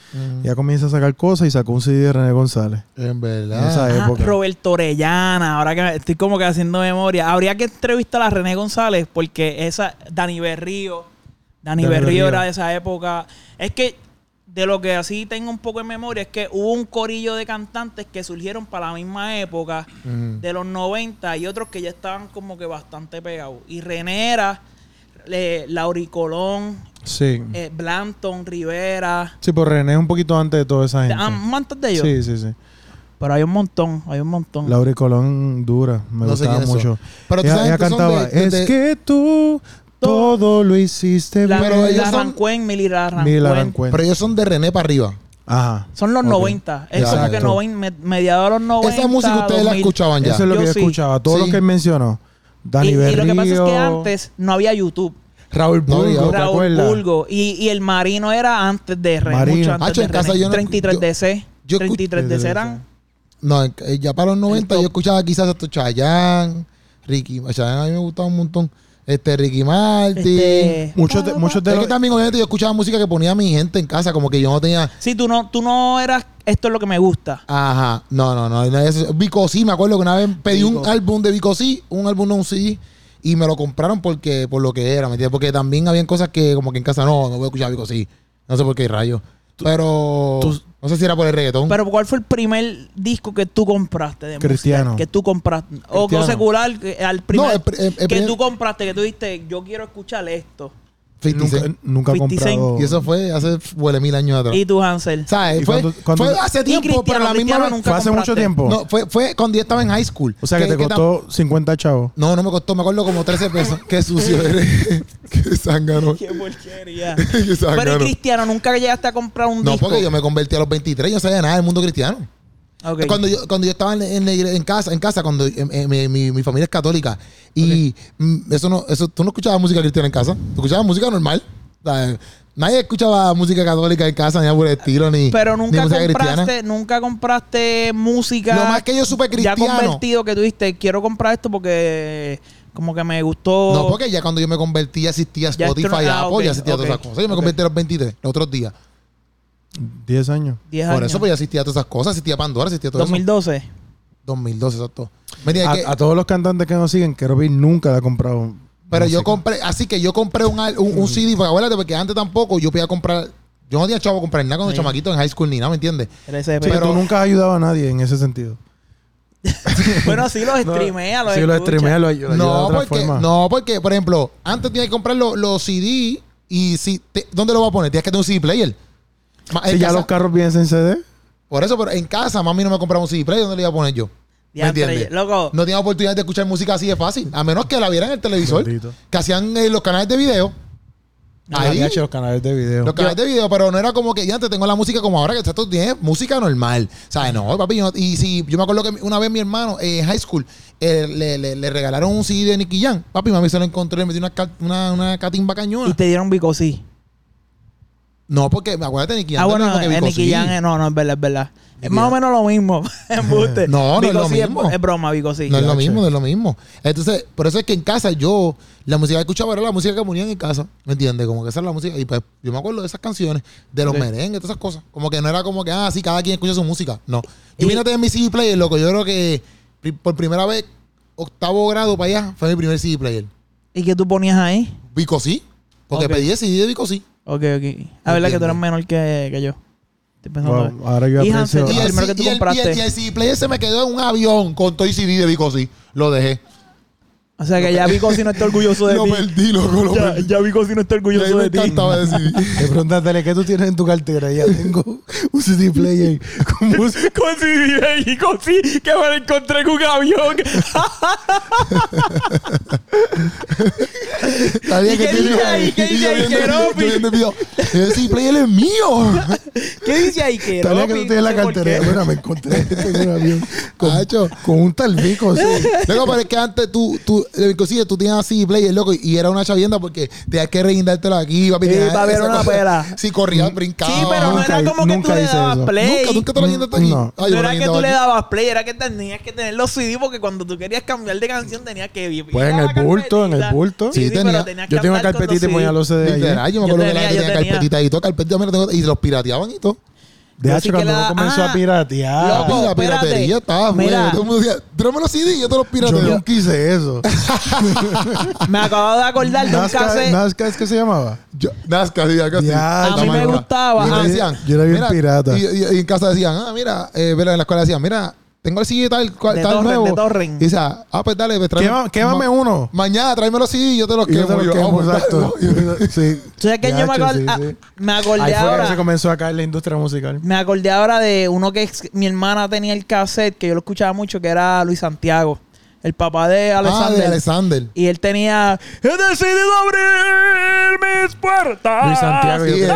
Ya comienza a sacar cosas y sacó un CD de René González. En En esa verdad. Ajá, época. Roberto Orellana, ahora que estoy como que haciendo memoria. Habría que entrevistar a René González porque esa, Dani Berrío, Dani, Dani Berrío, Berrío. era de esa época. Es que de lo que así tengo un poco en memoria es que hubo un corillo de cantantes que surgieron para la misma época de los 90 y otros que ya estaban como que bastante pegados. Y René era eh, Lauricolón, Sí. eh, Blanton, Rivera, Sí, pues René es un poquito antes de toda esa gente. ah, mantas de ellos. Sí, sí, sí. Pero hay un montón, hay un montón. Laura Colón dura, me No sé gustaba quiénes son. mucho. Pero tú ella, sabes ella que son cantaba, de- de- es que tú todo lo hiciste La, bien. Pero la ellos son- Rancuen, Mili Mira, la Rancuen. Arancuén. Pero ellos son de René para arriba. Ajá. Son los Ok. 90. Es como Exacto. que 90, me- mediados de los 90. Esa música ustedes la 2000. escuchaban ya. Eso es lo que Yo yo sí. escuchaba. Todo Sí. lo que él mencionó. Y, Dani y lo que pasa es que Berrío, antes no había YouTube. Raúl No, Bulgo, ¿te Raúl acuerdas? Bulgo. Y, y el Marino era antes de René. Marino. Mucho antes Hacho, de en casa René. yo no- 33 yo- DC. yo escucho- 33 DC eran. No, en- eh, ya para los 90 top. yo escuchaba quizás hasta Chayanne, Ricky. Chayanne a mí me gustaba un montón. Este, Ricky Martin. Este, Muchos de, muchos de Es que los- también obviamente yo escuchaba música que ponía mi gente en casa, como que yo no tenía... Sí, tú no, tú no eras. Esto es lo que me gusta. Ajá, no, no, no. no es- Vico sí, me acuerdo que una vez pedí un Vico. álbum de Vico sí, un álbum de un CD, y me lo compraron porque por lo que era, ¿me entiendes? Porque también habían cosas que como que en casa no, no voy a escuchar Vico sí. No sé por qué rayos. Pero tú- no sé si era por el reggaetón. Pero ¿cuál fue el primer disco que tú compraste de Cristiano. Mustang? Que tú compraste. O Cristiano. que secular, que- al primer. No, el pr- el- el que primer- tú compraste, que tú dijiste, yo quiero escuchar esto. 50 nunca, Cent. nunca ha 50 Cent. comprado. Y eso fue hace huele mil años atrás. Y tú, Hansel. ¿Sabes? ¿Y Fue, cuándo- cuándo- fue hace Y tiempo, Cristiano, pero a la misma Cristiano vez- nunca fue hace compraste. mucho tiempo. No, fue, fue cuando yo estaba en high school. o sea que, te tam- costó 50 chavos. No, no me costó, me acuerdo como 13 pesos. Qué sucio [laughs] eres. Qué zángano. [laughs] Qué porquería. Qué Pero y zángano. Cristiano, nunca llegaste a comprar un ah, No, disco. porque yo me convertí a los 23, yo no sabía nada del mundo cristiano. Ok. Cuando yo, cuando yo estaba en, en la igre- en casa, en casa, cuando eh, eh, mi, mi- mi familia es católica, y mm, eso no, eso, tú no escuchabas música cristiana en casa, tú escuchabas música normal. O sea, Nadie escuchaba música católica en casa, ni algo por el estilo, ni, Pero ni nunca música compraste, cristiana. nunca compraste música. Lo más que yo supe Ya cristiano. convertido que tuviste, quiero comprar esto porque como que me gustó. No, porque ya cuando yo me convertí, ya existía Ya Spotify, estru- ah, Apple, ok, ya existía todas ok, esas cosas. Yo me ok. convertí a los 23, los otros días. 10 años. 10 Por años. eso pues ya existía todas esas cosas, existía Pandora, existía todo eso. 2012. 2012, exacto. Mira, A, que- a todos los cantantes que nos siguen, Keropi nunca le ha comprado. Pero yo música. compré, así que yo compré un, al- Mm. un, un CD, porque acuérdate, porque antes tampoco yo podía comprar, yo no tenía chavo a comprar nada cuando Sí. chamaquito en high school ni nada, ¿me entiendes? LSP. Sí, pero- tú nunca has ayudado a nadie en ese sentido. bueno, sí [laughs] los streamea, los Sí, lo escucha. streamea, lo ayuda. ayuda de No, otra porque, forma. no, porque, por ejemplo, antes tenía que comprar los los CD y si, te- ¿dónde lo voy a poner? Tienes que tener un CD player. Ma- en Si ya casa- los carros vienen sin CD. por eso, pero en casa, mami no me compraba un CD player, ¿dónde lo iba a poner yo? ¿Me Diantre, entiendes? Loco, No tenía oportunidad de escuchar música así de fácil, a menos que la vieran en el televisor, Bendito. que hacían eh, los canales de video. Ah, Ahí, Había hecho los canales de video. Los canales de video, pero no era como que ya antes tengo la música como ahora, que tú tienes música normal. ¿Sabes? No, papi. yo no- y si yo me acuerdo que una vez mi hermano eh, en high school eh, le, le- le regalaron un CD de Nicky Jam. Papi, mami se lo encontró y le metí una, ca- una, una catimba y cañona. te dieron bicosí. No, porque acuérdate, Nicky Jam. Ah, no bueno, tenía como que en Vico, Nicky sí. Jam, eh, no, no, es verdad, es verdad. Nicky Es más o Jam. menos lo mismo. [laughs] [laughs] Embuste. No, no es lo Vico sí mismo. Es, broma, bicosí. No es lo mismo, no es lo mismo. Entonces, por eso es que en casa yo, la música que escuchaba era la música que ponían en casa, ¿me entiendes? Como que esa era la música. Y pues yo me acuerdo de esas canciones, de los Sí. merengues, todas esas cosas. Como que no era como que, ah, sí, cada quien escucha su música. No. Yo Y- vine a tener mi CD player, loco. Yo creo que pri- por primera vez, octavo grado para allá, fue mi primer CD player. ¿Y qué tú ponías ahí? Vico sí. Porque Ok. pedí el CD de Vico sí. Ok, ok. La verdad que tú Entiendo. eras menor que, que yo. Estoy pensando. Wow, ahora yo Y aprecio- Hansel, Y el el, primero que C- tú y el- y el- y compraste. el CD player se me quedó en un avión con todo el CD de Vico sí. Lo dejé. O sea que ya Bicosí [laughs] no está orgulloso de Lo ti. perdí, loco, lo Ya, perdí. ya Bicosí no está Y ahí orgulloso me de ti. [laughs] encantaba decir. [laughs] Le Eh, pregúntatele qué tú tienes en tu cartera. Ya tengo un CD player con música. [laughs] Con CD y con sí, que me lo encontré con un avión. Sabía ¿Y qué tenía- dice ahí? ¿Qué y yo dice ahí? viendo- Que yo Ropi. viendo el video, El CD player [laughs] es [laughs] mío. [laughs] ¿Qué dice ahí que Tarea que Ropi? tú tienes en la No sé por cartera. qué. Bueno, me encontré esto en un avión con, Cacho. con un talbico. Sí. Luego, pero es que antes tú, tú, eh, inclusive tú tenías así player, loco, y era una chavienda porque tenías que reindártelo aquí, papi. Sí, tenías papi, esa era una cosa. pera. Sí, corría, brincaba. Sí, pero no Nunca era hi- como que tú nunca le hice dabas eso. play. Nunca, nunca te lo reindarte aquí. No. Ay, yo no lo era que reindaba tú le aquí. dabas play, era que tenías que tener los CD porque cuando tú querías cambiar de canción tenías que ir. Pues en a la el bulto, en el carpetita. bulto. Sí, pero tenía. tenías que Yo tengo una andar con los carpetita y ponía CD. los CD ahí. Literal, yo me Yo acuerdo que la tenía, gente yo tenía tenía. carpetitas y todo, carpetitas, mira, tengo- y los pirateaban y todo. De Yo hecho, sí que cuando la- uno comenzó a ah, piratear. loco. Papi, la espérate. piratería estaba Mira. fuera. Todo el mundo decía, tráeme los CD y yo te los Yo pirateo. nunca hice [laughs] eso. Me acabo de acordar de un Nazca, cassette. Nazca es que se llamaba. Yo- Nazca, sí, acá sí. Ya, A mí Tamaño. me gustaba. Y me Ah, decían, yo era bien mira, pirata. Y, y- y en casa decían, ah, mira, eh, pero en la escuela decían, mira, tengo el CD tal, cual, De tal Torrent, nuevo. de Torrent. Y decía, ah, pues dale, pues tráeme- Quema- Quémame uno. Mañana tráeme los CD y yo te los Y yo quemo. [laughs] te Y yo, lo ah, quemo, pues, exacto. Sí. O sea que yo me, Yacho, acor- sí, ah, sí. me acordé Ahí fue que se ahora. comenzó a caer la industria musical. Me acordé ahora de uno que ex- mi hermana tenía el cassette, que yo lo escuchaba mucho, que era Luis Santiago, el papá de Ah, de Alexander. Alexander. y él tenía, he decidido abrir mis puertas. Ah, Luis Santiago, yo creo.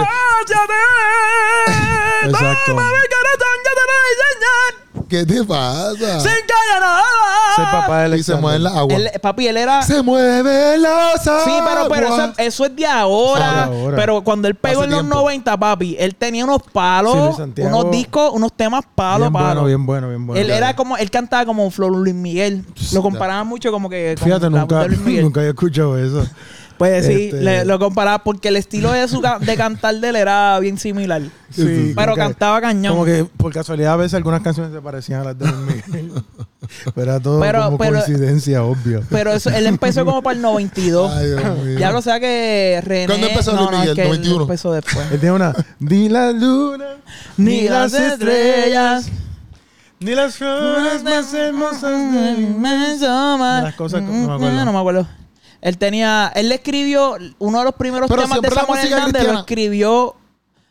Allá Exacto. Toma mi corazón, yo te lo voy a enseñar. ¿Qué te Ah. pasa? Sin que haya nada. Es el papá y de se Alexander. mueve la agua. Él- papi, él era. Se mueve las aguas. ah, Sí, pero, pero eso, eso es de ahora. Ah, de ahora. Pero cuando él pegó Hace en los tiempo. 90, papi, él tenía unos Sí, Luis palos, Santiago. unos discos, unos temas palo, Bien palo. bueno, bien bueno, bien bueno. Ah, él era como, él cantaba como Flor Luis Miguel. Lo comparaba mucho como que con la Fíjate, voz nunca, de Luis Miguel. nunca había escuchado eso. Pues sí, Este- le- lo comparaba porque el estilo de su ca- de cantar de él era bien similar. Sí, Pero como que- cantaba cañón. Como que por casualidad a veces algunas canciones se parecían a las de [laughs] Luis Miguel. pero era todo Pero- como pero- coincidencia, obvio. Pero eso, él empezó como para el [laughs] 92. Ay, [clears throat] Dios mío. ya lo sea que René. ¿Cuándo empezó no, Luis no, es Miguel? que él 91. empezó después. Él tiene una. Ni la luna, Ni las estrellas, ni las flores más hermosas del del mundo. inmenso mar. Las cosas que- no me acuerdo. No me acuerdo. Él tenía, él le escribió uno de los primeros Pero temas de siempre la Samuel música Hernández lo cristiana- escribió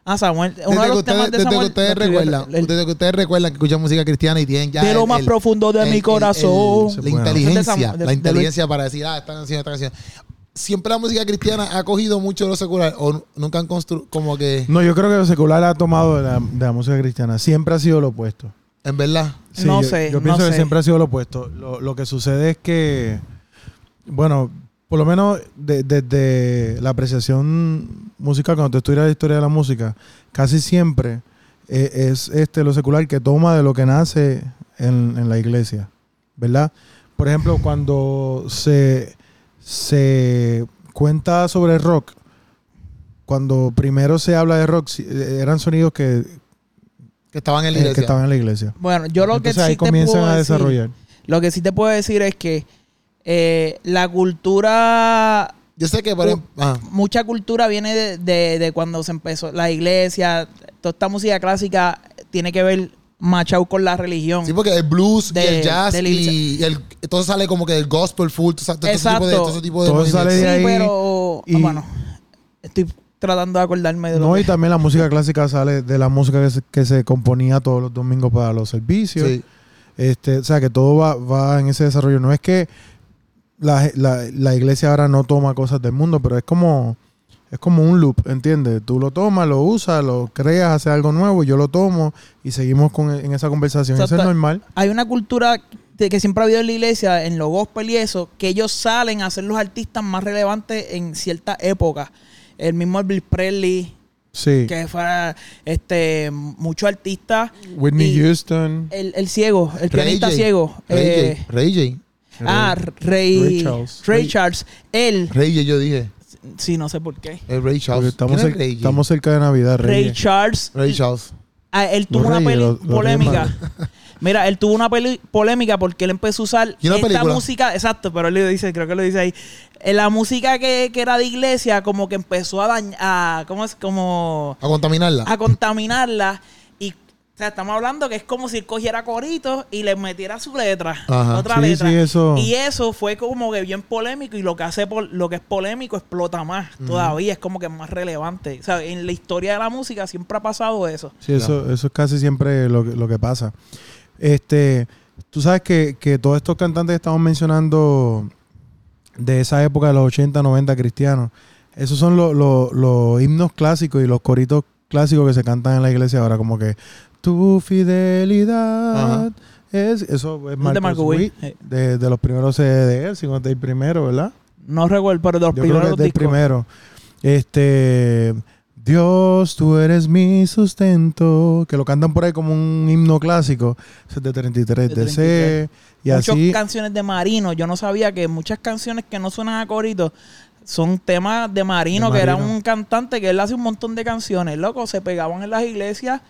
a Samuel. Uno Desde de que los ustedes, temas desde de que Samuel. ustedes lo escribió recuerdan, él. desde que ustedes recuerdan que escuchan música cristiana y tienen ya. de lo el- más el- profundo de el- mi el- corazón. el- Ese la es bueno. Ese es inteligencia, de Sam- la de- de Luis. inteligencia para decir, ah, están haciendo esta canción. Siempre la música cristiana ha cogido mucho lo secular o n- nunca han construido, como que, No, yo creo que lo secular ha tomado de la, de la música cristiana. Siempre ha sido lo opuesto. en verdad, No yo, sé, Yo no pienso que sé. siempre ha sido lo opuesto. Lo, lo que sucede es que, bueno, por lo menos de- desde la apreciación musical, cuando te estudias la historia de la música, casi siempre eh, es este lo secular que toma de lo que nace en, en la iglesia, ¿verdad? Por ejemplo, cuando se, se cuenta sobre el rock, cuando primero se habla de rock, si- eh, eran sonidos que, que estaban en la eh, que iglesia. estaban en la iglesia. Bueno, yo lo Entonces que sí ahí te comienzan puedo a decir- desarrollar. Lo que sí te puedo decir es que eh, la cultura, Yo sé Oh. que, por Un- ejemplo, ah, mucha cultura viene de, de- de cuando se empezó la iglesia, toda esta música clásica tiene que ver machado con la religión. sí, porque el blues y De- el jazz del- y, el, todo sale como que del gospel full, todo, todo ese tipo de, Exacto. todo ese tipo de Todo movimientos. sale de sí, ahí pero y- ah, bueno, estoy tratando de acordarme de lo No, que- y también la música clásica sale de la música que se, que se componía todos los domingos para los servicios. Sí. Este, o sea, que todo va, va en ese desarrollo. No es que la, la- la iglesia ahora no toma cosas del mundo, pero es como, es como un loop, ¿entiendes? Tú lo tomas, lo usas, lo creas, haces algo nuevo, yo lo tomo y seguimos con, en esa conversación. Eso es Exacto. normal. hay una cultura de que siempre ha habido en la iglesia, en los gospel y eso, que ellos salen a ser los artistas más relevantes en cierta época. El mismo Elvis Presley, Sí. que fue este muchos artistas. Whitney y- eh, Houston. El, el ciego, el Ray pianista J, ciego. Ray eh, J, Ray ah, Ray, Ray Charles. Ray Charles. Él, J, Ray J, yo dije, sí, no sé por qué. el Ray porque Charles. estamos, ¿Quién cer- es Ray J? estamos cerca de Navidad, Ray Reyes. Charles, Ray Charles. ah, él tuvo Los una reyes, peli- los- los polémica. reyes [laughs] Mira, él tuvo una peli- polémica porque él empezó a usar ¿Y una esta película? música, exacto, pero él lo dice, creo que lo dice ahí. Eh, La música que, que era de iglesia, como que empezó a dañar, a, ¿cómo es? Como A contaminarla. a contaminarla. Y, o sea, estamos hablando que es como si él cogiera coritos y le metiera su letra, Ajá, otra sí, letra. sí, eso. Y eso fue como que bien polémico y lo que hace por, lo que es polémico explota más todavía, es como que es más relevante. O sea, en la historia de la música siempre ha pasado eso. Sí, eso, eso es casi siempre lo, que- lo que pasa. Este, tú sabes que, que todos estos cantantes que estamos mencionando de esa época de los 80, 90 cristianos, esos son los, los- los himnos clásicos y los coritos clásicos que se cantan en la iglesia ahora, como que tu fidelidad Ajá. es... Eso es Marcos Marco Witt. Witt, de, de los primeros CD de él, 51 primero, ¿verdad? No recuerdo, pero de los Yo creo que primeros es del discos. primero. Este. Dios, tú eres mi sustento. Que lo cantan por ahí como un himno clásico. Ese es de 33 De DC. Y Muchas así. canciones de Marino. Yo no sabía que muchas canciones que no suenan a corito son temas de Marino, De que era Marino. un cantante que él hace un montón de canciones, loco. Se pegaban en las iglesias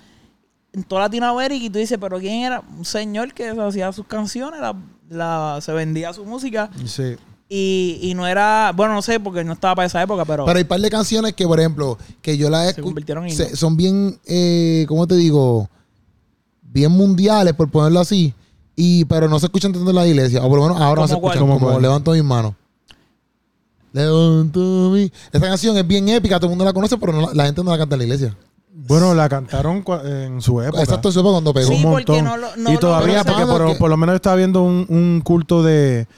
en toda Latinoamérica y tú dices, pero ¿quién era? Un señor que hacía sus canciones, la- la- se vendía su música Sí. y, y no era, bueno, no sé, porque no estaba para esa época, pero... Pero hay par de canciones que, por ejemplo, que yo las Se escu- convirtieron en se- himnos. Son bien, eh, ¿cómo te digo? Bien mundiales, por ponerlo así. Y, pero no se escuchan tanto en la iglesia. O por lo menos ahora no se ¿Cómo cuál? escuchan. ¿Cómo Como cuál? Levanto mis manos. Levanto mi... Esta canción es bien épica. Todo el mundo la conoce, pero no la, la gente no la canta en la iglesia. Bueno, la cantaron cua- en su época. Exacto, eso fue cuando pegó. Sí, un porque montón. no lo- no y lo todavía, conocen. porque por, Porque- por lo menos estaba viendo un, un culto de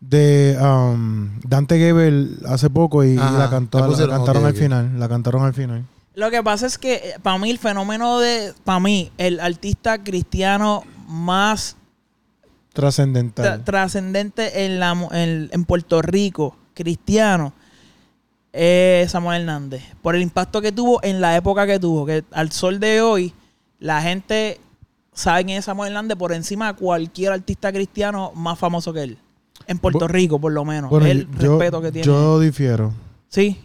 de um, Dante Gebel hace poco y, y Ajá, la, cantó- la la pusieron, cantaron ok, al ok. final. La cantaron al final. Lo que pasa es que para mí el fenómeno de, para mí, el artista cristiano más tra- Trascendental. trascendente en, la, mu- en, en Puerto Rico, cristiano, es Samuel Hernández. Por el impacto que tuvo en la época que tuvo, que al sol de hoy, la gente sabe quién es Samuel Hernández por encima de cualquier artista cristiano más famoso que él. En Puerto Bu- Rico, por lo menos. Bueno, el yo, respeto que tiene. yo difiero. sí.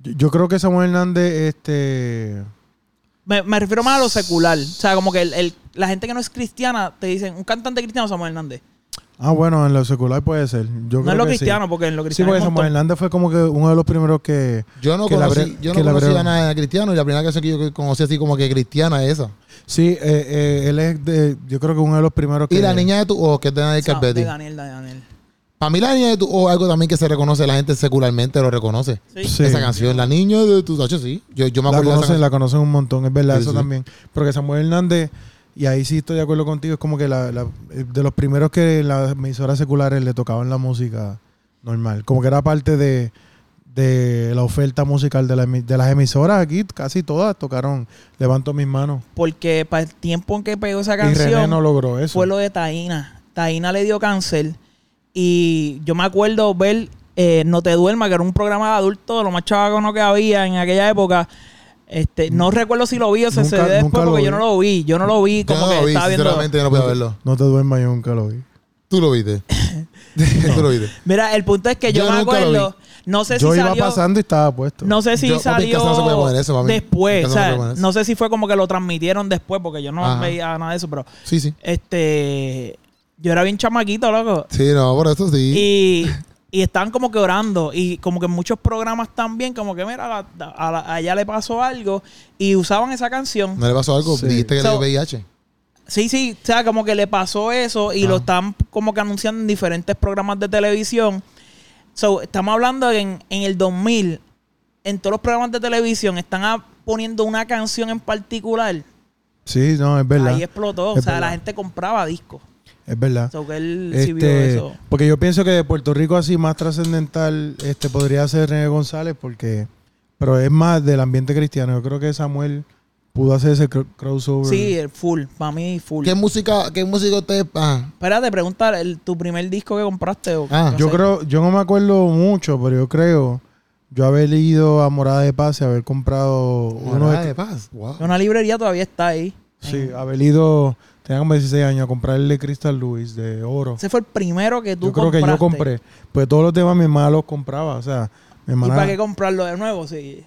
Yo, yo creo que Samuel Hernández, este. Me, me refiero más a lo secular. O sea, como que el- el- la gente que no es cristiana te dicen, un cantante cristiano Samuel Hernández. Ah, bueno, en lo secular puede ser. Yo no creo es lo que sí. cristiano, porque en lo Sí, cristiano. porque hay un Samuel montón. Hernández fue como que uno de los primeros que. Yo no que la conocí, bre- yo que no la conocía brega. nada de cristiano y la primera canción que yo conocí así como que cristiana es esa. Sí, eh, eh, él es de. Yo creo que uno de los primeros que. Y la niña de tu ojo, que es de Daniel No, de Carpetti. Daniel, de Daniel. Para mí la niña de tu ojo algo también que se reconoce, la gente secularmente lo reconoce. Sí. Sí. Esa canción, la niña de tus ojos, sí. Yo, yo me la acuerdo de esa conocen, canción. la conocen un montón, es verdad, Sí, eso sí. también. Porque Samuel Hernández, y ahí sí estoy de acuerdo contigo, es como que la, la- eh, de los primeros que en las emisoras seculares le tocaban la música normal. Como que era parte de, de la oferta musical de, la emi- de las emisoras aquí, casi todas tocaron Levanto mis manos. Porque para el tiempo en que pegó esa Y René canción, no logró eso. fue lo de Taina. Taina le dio cáncer. Y yo me acuerdo ver eh, No Te Duerma, que era un programa de adultos, lo más chavacano que había en aquella época. Este, Mm. no recuerdo si lo vi o se se Nunca- ve después nunca lo porque yo vi. no lo vi. Yo no lo vi, Yo como no que lo vi, estaba viendo. sinceramente yo no podía verlo. No te duermas, yo nunca lo vi. Tú lo [laughs] viste. Tú lo viste. Mira, el punto es que yo, Yo me nunca lo acuerdo. No sé Yo si iba salió. pasando y estaba puesto. No sé si Yo- papi, en salió casa no se puede poner eso, papi. En después. casa no se o sea, puede no, poner eso. sé si fue como que lo transmitieron después, porque yo no Ajá. veía nada de eso, pero Sí, sí. este yo era bien chamaquito, loco. Sí, no, por eso sí. Y, y estaban como que orando. Y como que en muchos programas también, como que mira, a, la- a la- a ella le pasó algo. Y usaban esa canción. ¿No le pasó algo? Sí. Dijiste que le dio So- VIH. Sí, sí, o sea, como que le pasó eso y lo Ah. están como que anunciando en diferentes programas de televisión. So, estamos hablando de en, en el 2000, en todos los programas de televisión están ah, poniendo una canción en particular. Sí, no, es verdad. Ahí explotó, o Es sea, verdad. la gente compraba discos. Es verdad. So, que él sí vio Este, eso. porque yo pienso que de Puerto Rico así más trascendental este podría ser René González porque pero es más del ambiente cristiano. Yo creo que Samuel pudo hacer ese cro- crossover. Sí, eh, el full, para mí full. ¿Qué música, qué música ustedes... Ah, Espérate, pregunta el- tu primer disco que compraste. o- Ah, no yo sé. creo yo no me acuerdo mucho, pero yo creo yo haber ido a Morada de Paz y haber comprado uno Morada de, de paz. Wow. Una librería todavía está ahí. Sí, haber ido tenía como 16 años a comprarle Crystal Lewis de oro. Ese fue el primero que tú Yo creo que yo compraste. compré, pues todos los demás mi hermana los compraba, o sea, ¿Y mi hermana para qué comprarlo de nuevo? Sí.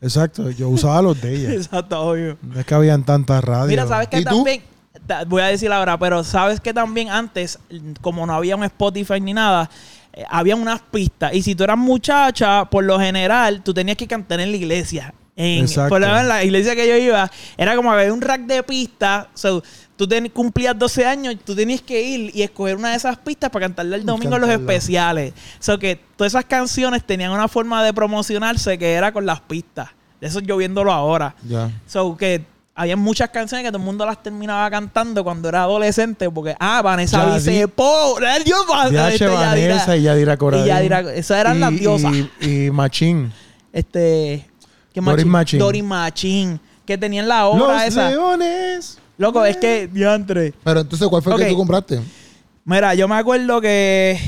Exacto, yo usaba los de [laughs] ella. Exacto, obvio. No es que habían tantas radios. Mira, ¿sabes qué ¿Y tú? también? Ta- Voy a decir la verdad, pero ¿sabes que también antes, como no había un Spotify ni nada, eh, había unas pistas? Y si tú eras muchacha, por lo general, tú tenías que cantar en la iglesia. En, Exacto. por lo menos en la iglesia que yo iba, era como había un rack de pistas. So, tú ten- cumplías 12 años, tú tenías que ir y escoger una de esas pistas para cantarla el domingo en los cantarla. especiales. O so, que todas esas canciones tenían una forma de promocionarse que era con las pistas. Eso yo viéndolo ahora. Ya. So que había muchas canciones que todo el mundo las terminaba cantando cuando era adolescente, porque ah, Vanessa Yadi- dice pobre, Dios mío, DH este, Yadira". Vanessa y Yadira Corral. Y Yadira- esas eran las diosas. Y, y Machín. Este ¿qué Doris Machín. Doris Machín, que tenían la obra Los esa. leones. Loco, es que diantre. Pero entonces, ¿cuál fue el Ok. que tú compraste? Mira, yo me acuerdo que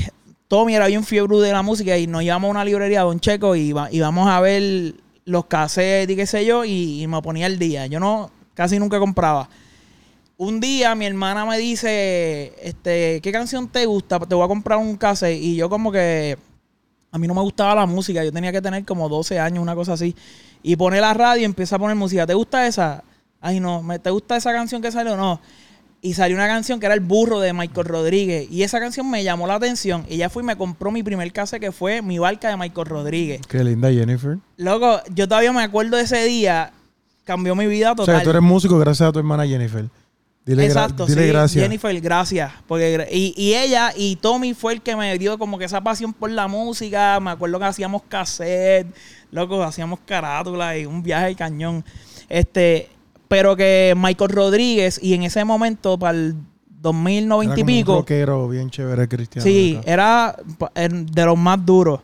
Tommy era bien fiebre de la música y nos íbamos a una librería, Don Checo, y iba- íbamos a ver los cassettes y qué sé yo, y, y me ponía el día. Yo no, casi nunca compraba. Un día mi hermana me dice, este, ¿qué canción te gusta? Te voy a comprar un cassette. Y yo como que, a mí no me gustaba la música, yo tenía que tener como 12 años, una cosa así. Y pone la radio y empieza a poner música. ¿Te gusta esa? Ay, no, ¿me- ¿te gusta esa canción que salió? No. Y salió una canción que era El Burro de Michael Rodríguez. Y esa canción me llamó la atención. Y ya fui y me compró mi primer cassette que fue Mi Barca de Michael Rodríguez. Qué linda Jennifer. Loco, yo todavía me acuerdo de ese día. Cambió mi vida O total. sea, que tú eres músico gracias a tu hermana Jennifer. Dile, gra- Exacto, dile sí, gracias. Jennifer, gracias. Porque, gra- y, y ella y Tommy fue el que me dio como que esa pasión por la música. Me acuerdo que hacíamos cassette, loco, hacíamos carátula y un viaje al cañón. Este, pero que Michael Rodríguez, y en ese momento, para el 2090 Era y como un pico, rockero bien chévere cristiano. Sí, eh, acá. era pa- en- de los más duros.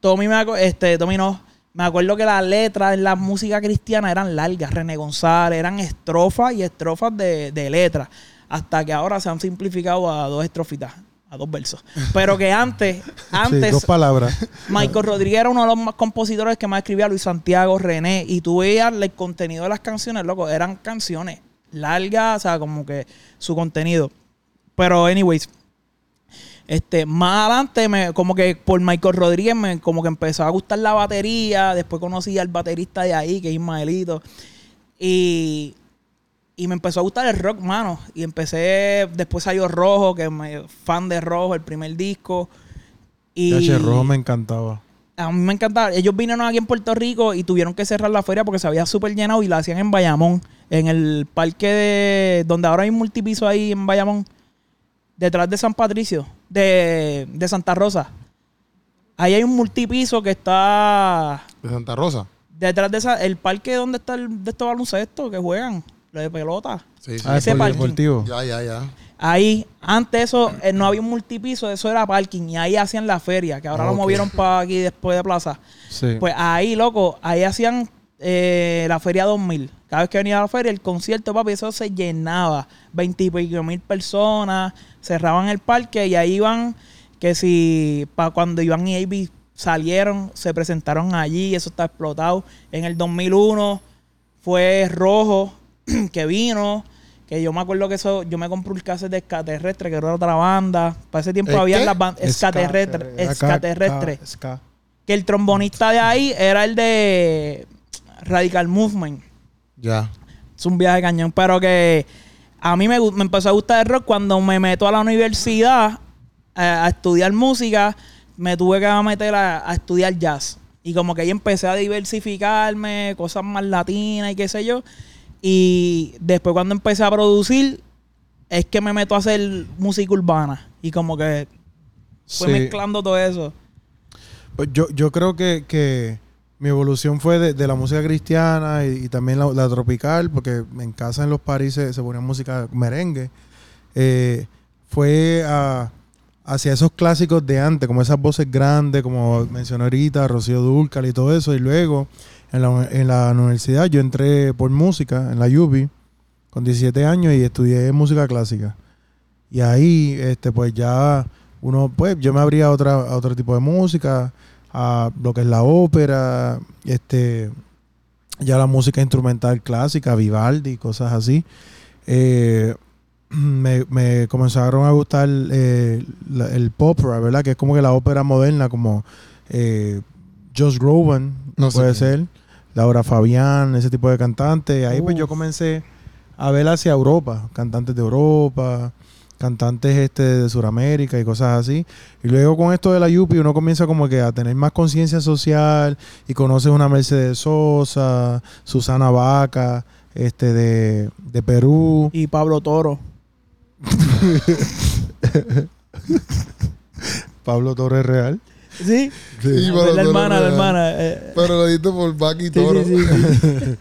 Tommy me aco- este, Tommy no. Me acuerdo que las letras en la música cristiana eran largas, René González, eran estrofas y estrofas de, de letras. Hasta que ahora se han simplificado a dos estrofitas, a dos versos. Pero que antes, [laughs] Sí, antes, dos palabras. Michael Rodríguez era uno de los más compositores que más escribía Luis Santiago, René. Y tú veías el contenido de las canciones, loco. Eran canciones largas, o sea, como que su contenido. Pero, anyways. Este, más adelante, me, como que por Michael Rodríguez, me, como que empezó a gustar la batería. Después conocí al baterista de ahí, que es Ismaelito. Y, y me empezó a gustar el rock, mano. Y empecé, después salió Rojo, que me, fan de Rojo, el primer disco. [laughs] Y, Ya, che, rojo me encantaba. a mí me encantaba. Ellos vinieron aquí en Puerto Rico y tuvieron que cerrar la feria porque se había súper llenado y la hacían en Bayamón, en el parque de. donde ahora hay un multipiso ahí en Bayamón, detrás de San Patricio, de, de Santa Rosa. Ahí hay un multipiso que está De Santa Rosa. detrás de esa, el parque donde está el, de estos baloncesto que juegan, lo de pelota. Sí, sí. Ah, es Ese parking. deportivo. Ya, ya, ya. Ahí, antes eso eh, no había un multipiso, eso era parking y ahí hacían la feria, que ahora lo Ok. movieron para aquí después de plaza. Sí. Pues ahí, loco, ahí hacían eh, la feria 2000. Cada vez que venía a la feria, el concierto, papi, eso se llenaba. 25 mil personas, cerraban el parque y ahí iban, que si, para cuando Iván y Avi salieron, se presentaron allí, eso está explotado. En el 2001 fue Rojo [clears throat] que vino, que yo me acuerdo que eso, yo me compré un cassette de Extraterrestre, que era otra banda. Para ese tiempo ¿El había qué? las bandas Extraterrestre. Esca- Extraterrestre esca- esca- que el trombonista de ahí era el de Radical Movement. Ya. Es un viaje de cañón, pero que a mí me, gu- me empezó a gustar el rock cuando me meto a la universidad eh, a, estudiar música, me tuve que meter a, a estudiar jazz. Y como que ahí empecé a diversificarme, cosas más latinas y qué sé yo. Y después cuando empecé a producir, es que me meto a hacer música urbana. Y como que fue Sí. mezclando todo eso. Pues yo, yo creo que, que mi evolución fue de, de la música cristiana y, y también la, la tropical, porque en casa en los París se, se ponía música merengue. Eh, fue a- hacia esos clásicos de antes, como esas voces grandes, como mencioné ahorita, Rocío Dúrcal y todo eso. Y luego en la, en la universidad yo entré por música, en la UBI, con 17 años y estudié música clásica. Y ahí, este, pues ya uno, pues yo me abría a, otra, a otro tipo de música, a lo que es la ópera, este, ya la música instrumental clásica, Vivaldi, cosas así. Eh, [clears throat] me, me comenzaron a gustar eh, la- el pop, opera, ¿verdad? Que es como que la ópera moderna, como eh, Josh Groban, No sé puede quién. ser, Laura Fabián, ese tipo de cantantes. Ahí pues yo comencé a ver hacia Europa, cantantes de Europa, cantantes este de Sudamérica y cosas así. Y luego con esto de la Yupi uno comienza como que a tener más conciencia social y conoces una Mercedes Sosa, Susana Vaca, este de, de Perú. Y Pablo Toro. Pablo Torres Real. Sí. Sí, la pero- hermana, la pero- hermana. eh, Pero lo diste por Back y sí, Toro. sí, sí, sí.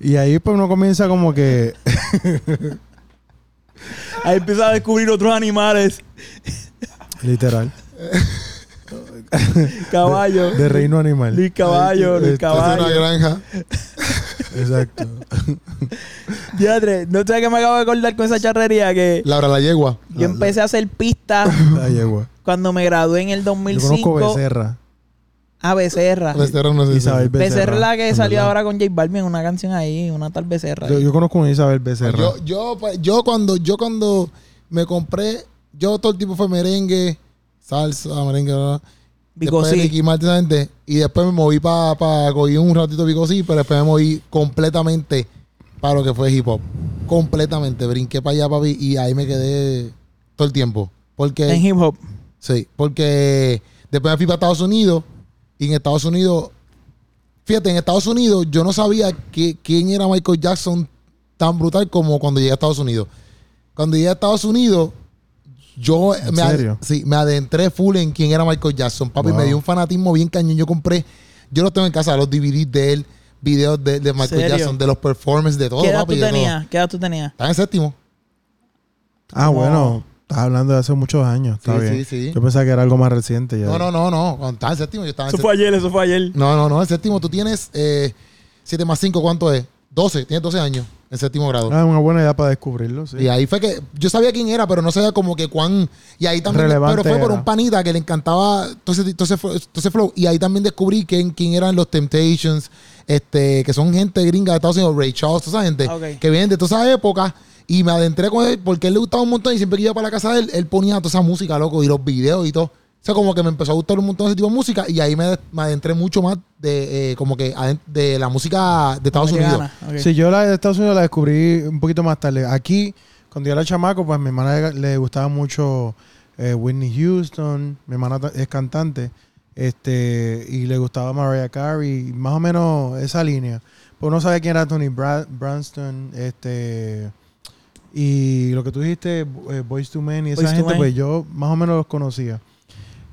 Y ahí pues uno comienza como que [laughs] Ahí empieza a descubrir otros animales, literal caballo. de reino animal. Luis Caballo, Luis Este, Es una Caballo. granja. Exacto. Diatre, no sé qué me acabo de acordar con esa charrería que Laura la [laughs] yegua. yo empecé a hacer pistas La yegua. cuando me gradué en el Yo conozco 2005 Becerra. a Becerra. Este Becerra no sé si- Isabel Becerra. Becerra es la que en salió verdad. ahora con J Balvin, una canción ahí, una tal Becerra. Yo, yo conozco a Isabel Becerra. Yo, yo, pa- yo cuando, yo cuando me compré, yo todo el tiempo fue merengue, salsa, merengue, bla, bla. Después Bicosí. Ricky Martin, esa gente, y después me moví para pa, cogí un ratito Bicosí, pero después me moví completamente para lo que fue hip hop. Completamente. Brinqué para allá, papi, y ahí me quedé todo el tiempo. Porque en hip hop. Sí, porque después me fui para Estados Unidos y en Estados Unidos, fíjate, en Estados Unidos yo no sabía que, quién era Michael Jackson tan brutal como cuando llegué a Estados Unidos. Cuando llegué a Estados Unidos, yo ¿En me, ad- serio? sí, me adentré full en quién era Michael Jackson. Papi, Wow. me dio un fanatismo bien cañón. Yo compré, yo los tengo en casa, los DVDs de él, videos de, de Michael ¿Serio? Jackson, de los Oh, performances, de todo, ¿Qué edad papi. Ah, tú de todo. tenías? ¿Qué edad tú tenías? Estaba en séptimo. Ah, bueno. Estás hablando de hace muchos años. Está Sí, bien. sí, sí. Yo pensaba que era algo más reciente. Ya. No, no, no, no. Cuando estaba en séptimo, yo estaba en Eso séptimo. fue ayer, eso fue ayer. No, no, no. En séptimo tú tienes eh, 7 más 5, ¿cuánto es? 12. Tienes 12 años en séptimo grado. Ah, es una buena idea para descubrirlo. Sí. Y ahí fue que yo sabía quién era, pero no sabía como que cuán. Y ahí también. Relevante pero fue por era. un panita que le encantaba todo ese, todo ese flo- todo ese flow. Y ahí también descubrí quién, quién eran los Temptations, este, que son gente gringa de Estados Unidos, Ray Charles, toda esa gente, Ah, ok. que vienen de todas esas épocas. Y me adentré con él porque él le gustaba un montón. Y siempre que iba para la casa de él, él ponía toda esa música, loco, y los videos y todo. O sea, como que me empezó a gustar un montón ese tipo de música. Y ahí me, me adentré mucho más de eh, como que adent- de la música de Estados Unidos. Americana, ok. Sí, yo la de Estados Unidos la descubrí un poquito más tarde. Aquí, cuando yo era chamaco, pues a mi hermana le, le gustaba mucho eh, Whitney Houston. Mi hermana ta- es cantante. Este, y le gustaba Mariah Carey. Más o menos esa línea. Pues no sabía quién era Tony Bra- Branston. Este. Y lo que tú dijiste, eh, Boys to Men y esa Boyz II gente, Men. pues yo más o menos los conocía.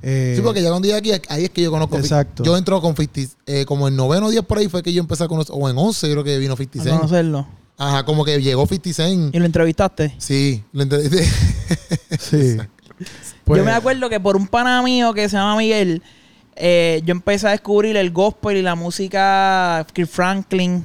Eh, Sí, porque ya cuando llegué aquí, ahí es que yo conozco. Exacto. Yo entro con 50, eh, como en noveno 10 por ahí fue que yo empecé a conocer, o en 11 creo que vino 50 A Cent. conocerlo. Ajá, como que llegó 50 Cent. ¿Y lo entrevistaste? Sí, lo entendiste. Sí. Pues, yo me acuerdo que por un pana mío que se llama Miguel, eh, yo empecé a descubrir el gospel y la música Kirk Franklin.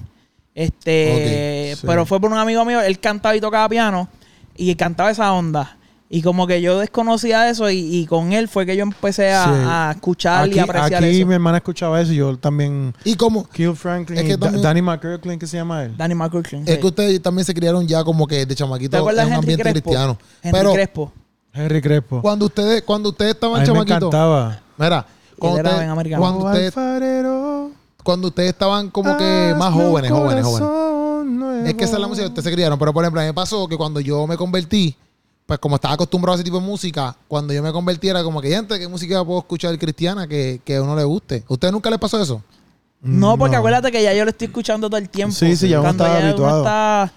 Este, Ok, sí. pero fue por un amigo mío, él cantaba y tocaba piano y cantaba esa onda. Y como que yo desconocía eso y, y con él fue que yo empecé a, Sí. a escuchar Aquí, y apreciar aquí eso. mi hermana escuchaba eso y yo también [laughs] y como Kill Franklin. Es que y Da- también- Danny McCurklin, ¿qué se llama él? Danny McCurkin. es que ustedes también se criaron ya como que de ¿Te chamaquito en un acuerdas de Henry ambiente Crespo? cristiano. Henry Pero Crespo. Henry Crespo. cuando ustedes, cuando ustedes A estaban mí me chamaquitos, encantaba. mira, cuando era ustedes, bien americano. cuando ustedes, Alfarero, cuando ustedes estaban como que más hazme un jóvenes, jóvenes, jóvenes. corazón nuevo. Es que esa es la música que ustedes se criaron. Pero, por ejemplo, a mí me pasó que cuando yo me convertí, pues como estaba acostumbrado a ese tipo de música, cuando yo me convertí era como que, gente, ¿qué música puedo escuchar cristiana que, que a uno le guste? ¿A ustedes nunca les pasó eso? No, porque acuérdate que ya yo lo estoy escuchando todo el tiempo. Sí, sí, ya uno Cuando está ya habituado. está-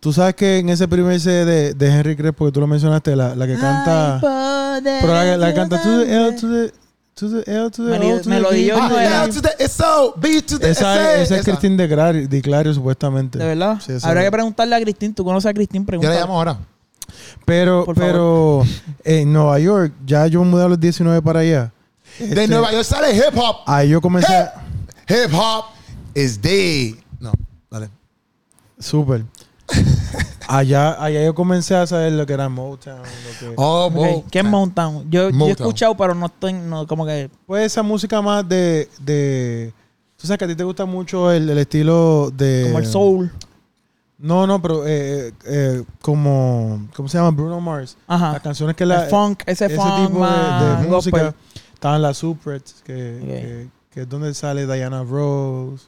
Tú sabes que en ese primer CD de, de Henry Crespo que tú lo mencionaste, la, la que Ay, pues, canta. poder Pero la, que- la que canta eh, to the L ayudarme. to the. To the L to the Melo- O to the melodía B. no Ah, era. L to- SO, B to Esa S, es, esa es Christine de Clario, de Clario, supuestamente. De verdad. Sí, esa Habrá es. que preguntarle a Cristín. Tú conoces a Cristín, Yo pregunta. la llamo ahora. Pero, Por pero en Nueva York, ya yo me mudé a los 19 para allá. Este, De Nueva ¡Eh! York sale hip hop. Ahí yo comencé. Hip hop is dead. No, dale. [laughs] Súper. Allá, allá yo comencé a saber lo que era Motown. Lo que, Oh, Ok, ¿Qué es Mountain? Yo, yo he Motown. escuchado, pero no estoy. No, como que. Pues esa música más de, de. Tú sabes que a ti te gusta mucho el, el estilo de. Como el soul. No, no, pero eh, eh, como. ¿Cómo se llama? Bruno Mars. Ajá. Las canciones que la. el funk, ese, ese funk tipo de- más. de, música. gospel. Estaban las Supremes, que, Ok. que, que es donde sale Diana Rose.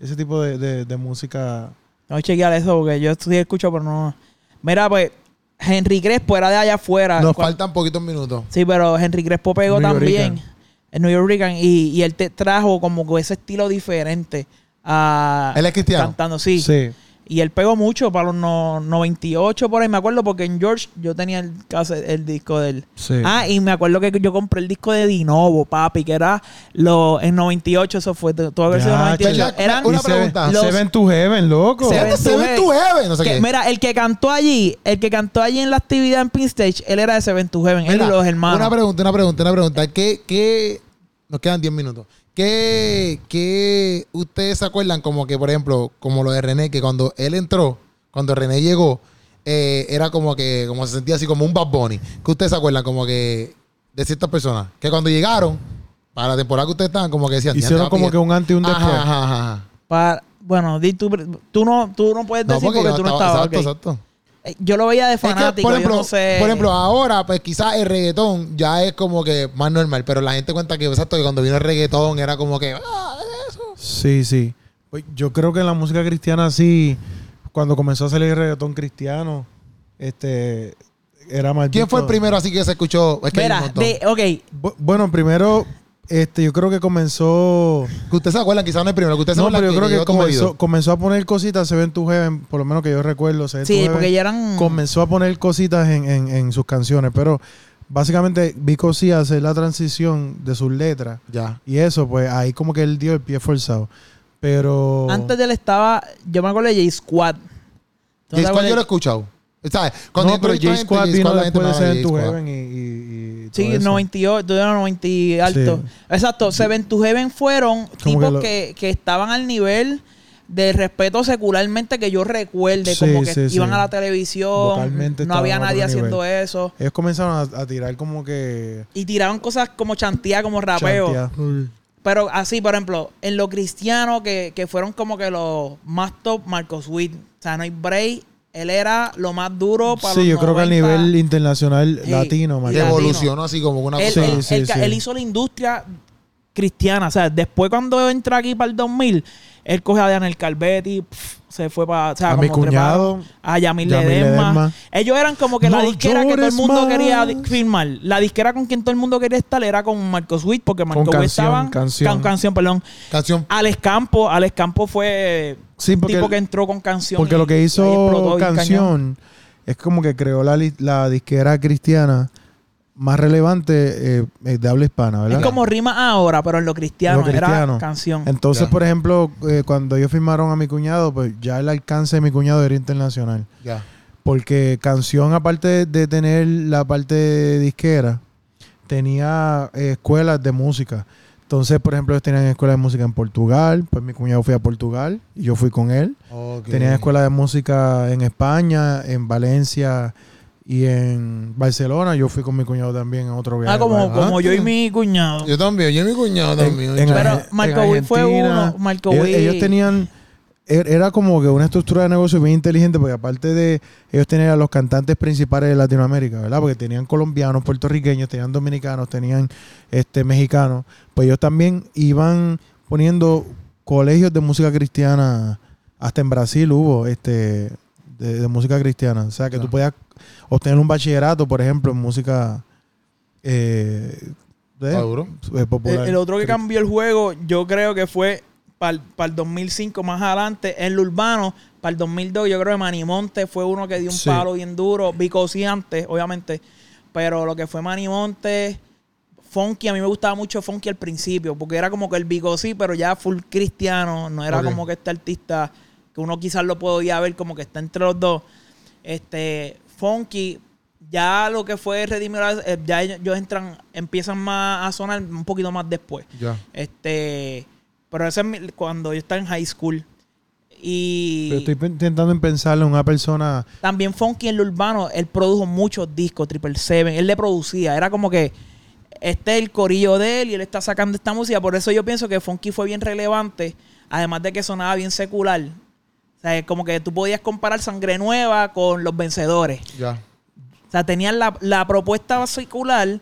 Ese tipo de, de, de música. No voy a chequear eso porque yo sí escucho, pero no. Mira, pues. Henry Crespo era de allá afuera. Nos Cuando- faltan poquitos minutos. Sí, pero Henry Crespo pegó New también. Yorican. El New Yorkan. Y, y él te trajo como que ese estilo diferente a. Él es cristiano. Cantando, sí. sí. Y él pegó mucho para los no- 98 por ahí. Me acuerdo porque en George yo tenía el, cassette- el disco de él. Sí. Ah, y me acuerdo que yo compré el disco de Dinovo, papi, que era lo, en 98, eso fue, todo haber sido Ya, 98. chacho, Eran una Y Seven- pregunta. Los- Seven to Heaven, loco. Seven Gente, se ve tu heaven. No sé que- qué. mira, el que cantó allí, el que cantó allí en la actividad en Pin Stage, él era de Seven to Heaven, él Mira, y los hermanos. Una pregunta, una pregunta, una pregunta. ¿Qué, qué nos quedan 10 minutos? ¿Qué, qué ustedes se acuerdan como que, por ejemplo, como lo de René, que cuando él entró, cuando René llegó, eh, era como que, como se sentía así como un Bad Bunny? ¿Qué ustedes se acuerdan como que de ciertas personas? Que cuando llegaron, para la temporada que ustedes estaban, como que decían... Hicieron "Diantre, papi, como que un antes y un ajá, después. ajá, ajá, ajá. Para- bueno, di tú, tú, no, tú no puedes No, decir porque, porque, yo tú no estaba- estabas. Exacto, ok. exacto. Eh, Yo lo veía de Es que, fanático, por, ejemplo, yo no sé. por ejemplo, ahora, pues quizás el reggaetón ya es como que más normal, pero la gente cuenta que, exacto, que cuando vino el reggaetón era como que. ah, Sí, sí. Pues yo creo que en la música cristiana sí, cuando comenzó a salir el reggaetón cristiano, este, era más... ¿Quién fue el primero así que se escuchó? Es que hay un Mira, montón. de, ok, Bu- Bueno, primero, este, yo creo que comenzó... Que ustedes se acuerdan, quizás no el primero, que ustedes se No, acuerdan pero yo creo que llegó todo comenzó, oído. comenzó a poner cositas, se ven tu Heaven, por lo menos que yo recuerdo, se Sí, porque ya mm. eran- Comenzó a poner cositas en, en- en sus canciones, pero básicamente Vico sí hace la transición de sus letras Ya. y eso, pues ahí como que él dio el pie forzado. Pero... Antes de él estaba, yo me acuerdo de J Squad. ¿Tú no ¿Y te cuál acuerdas? yo lo he escuchado? ¿Sabes? Cuando no, pero entrevisto a J gente, J Squad vino Squad, la gente después me habla de de ser en tu J Squad. heaven y... y, y todo Sí, eso. 98, tú eras 90 y alto. Sí. Exacto, Seven to Heaven fueron tipos que lo- que, que estaban al nivel de respeto secularmente que yo recuerde, Sí, como que sí, sí. iban a la televisión, Vocalmente no había estaban a nadie otro haciendo eso. Ellos comenzaron a, a tirar como que... Y tiraban cosas como chantía, como rapeo. chantea. Pero así, por ejemplo, en lo cristiano, que, que fueron como que los más top, Marcos Witt. O sea, no hay break. Él era lo más duro para Sí, los yo creo que al 90. nivel internacional Ey, latino, y man. Que latino. evolucionó así como una él, cosa. él- Sí, él- sí, sí. él hizo la industria cristiana. O sea, después cuando entra aquí para el 2000, él coge a Daniel Calvetti, pf, se fue para... O sea, A mi como cuñado, trepado, A Yamil Yamil Ledesma. Ledesma. Ellos eran como que la No disquera que todo el llores mundo más. quería di- firmar. La disquera con quien todo el mundo quería estar era con Marcos Witt, porque Marcos Witt canción, estaba... canción. Con canción, perdón. Canción. Alex Campo, Alex Campo fue Sí, un porque- tipo que entró con canción. Porque y- lo que y ahí hizo explotó bien cañón. Canción es como que creó la, li- la disquera cristiana más relevante eh, eh, de habla hispana, ¿verdad? Es como rima ahora, pero en lo cristiano, Lo cristiano. era canción. Entonces, Ya. por ejemplo, eh, cuando ellos firmaron a mi cuñado, pues ya el alcance de mi cuñado era internacional. Ya. Porque Canción, aparte de- de tener la parte de disquera, tenía eh, escuelas de música. Entonces, por ejemplo, ellos tenían escuelas de música en Portugal. Pues mi cuñado fue a Portugal y yo fui con él. Ok. Tenían escuelas de música en España, en Valencia y en Barcelona. Yo fui con mi cuñado también en otro viaje. Ah, como, Bueno, como yo y mi cuñado. Eh, Yo también, yo y mi cuñado también. en Pero Arge- Marco en Witt fue Argentina. uno. Marco ellos, Witt. ellos tenían. er- Era como que una estructura de negocio bien inteligente, porque aparte de ellos tenían a los cantantes principales de Latinoamérica, ¿verdad? Porque tenían colombianos, puertorriqueños, tenían dominicanos, tenían este mexicanos. Pues ellos también iban poniendo colegios de música cristiana. Hasta en Brasil hubo este de, de música cristiana. O sea que tú podías obtener un bachillerato, por ejemplo, en música eh, de- Ah, duro. eh, el, popular. el otro que cambió el juego, yo creo que fue para el 2005 más adelante, en lo urbano, para el 2002, yo creo que Manimonte fue uno que dio un Sí. palo bien duro, Bicosi antes, obviamente, pero lo que fue Manimonte, Funky, a mí me gustaba mucho Funky al principio, porque era como que el Bicosi, pero ya full cristiano, no era Ok. como que este artista que uno quizás lo podía ver como que está entre los dos. Este, Funky, ya lo que fue Redimir, eh, ya ellos entran, empiezan más a sonar un poquito más después. Ya. Este, pero ese es mi- cuando yo estaba en high school. Y Pero estoy pe- intentando en pensarle a una persona. también Funky en lo urbano, él produjo muchos discos, Triple Seven, él le producía, era como que este es el corillo de él y él está sacando esta música, por eso yo pienso que Funky fue bien relevante, además de que sonaba bien secular. O sea, como que tú podías comparar Sangre Nueva con Los Vencedores. Ya. O sea, tenías la, la propuesta secular,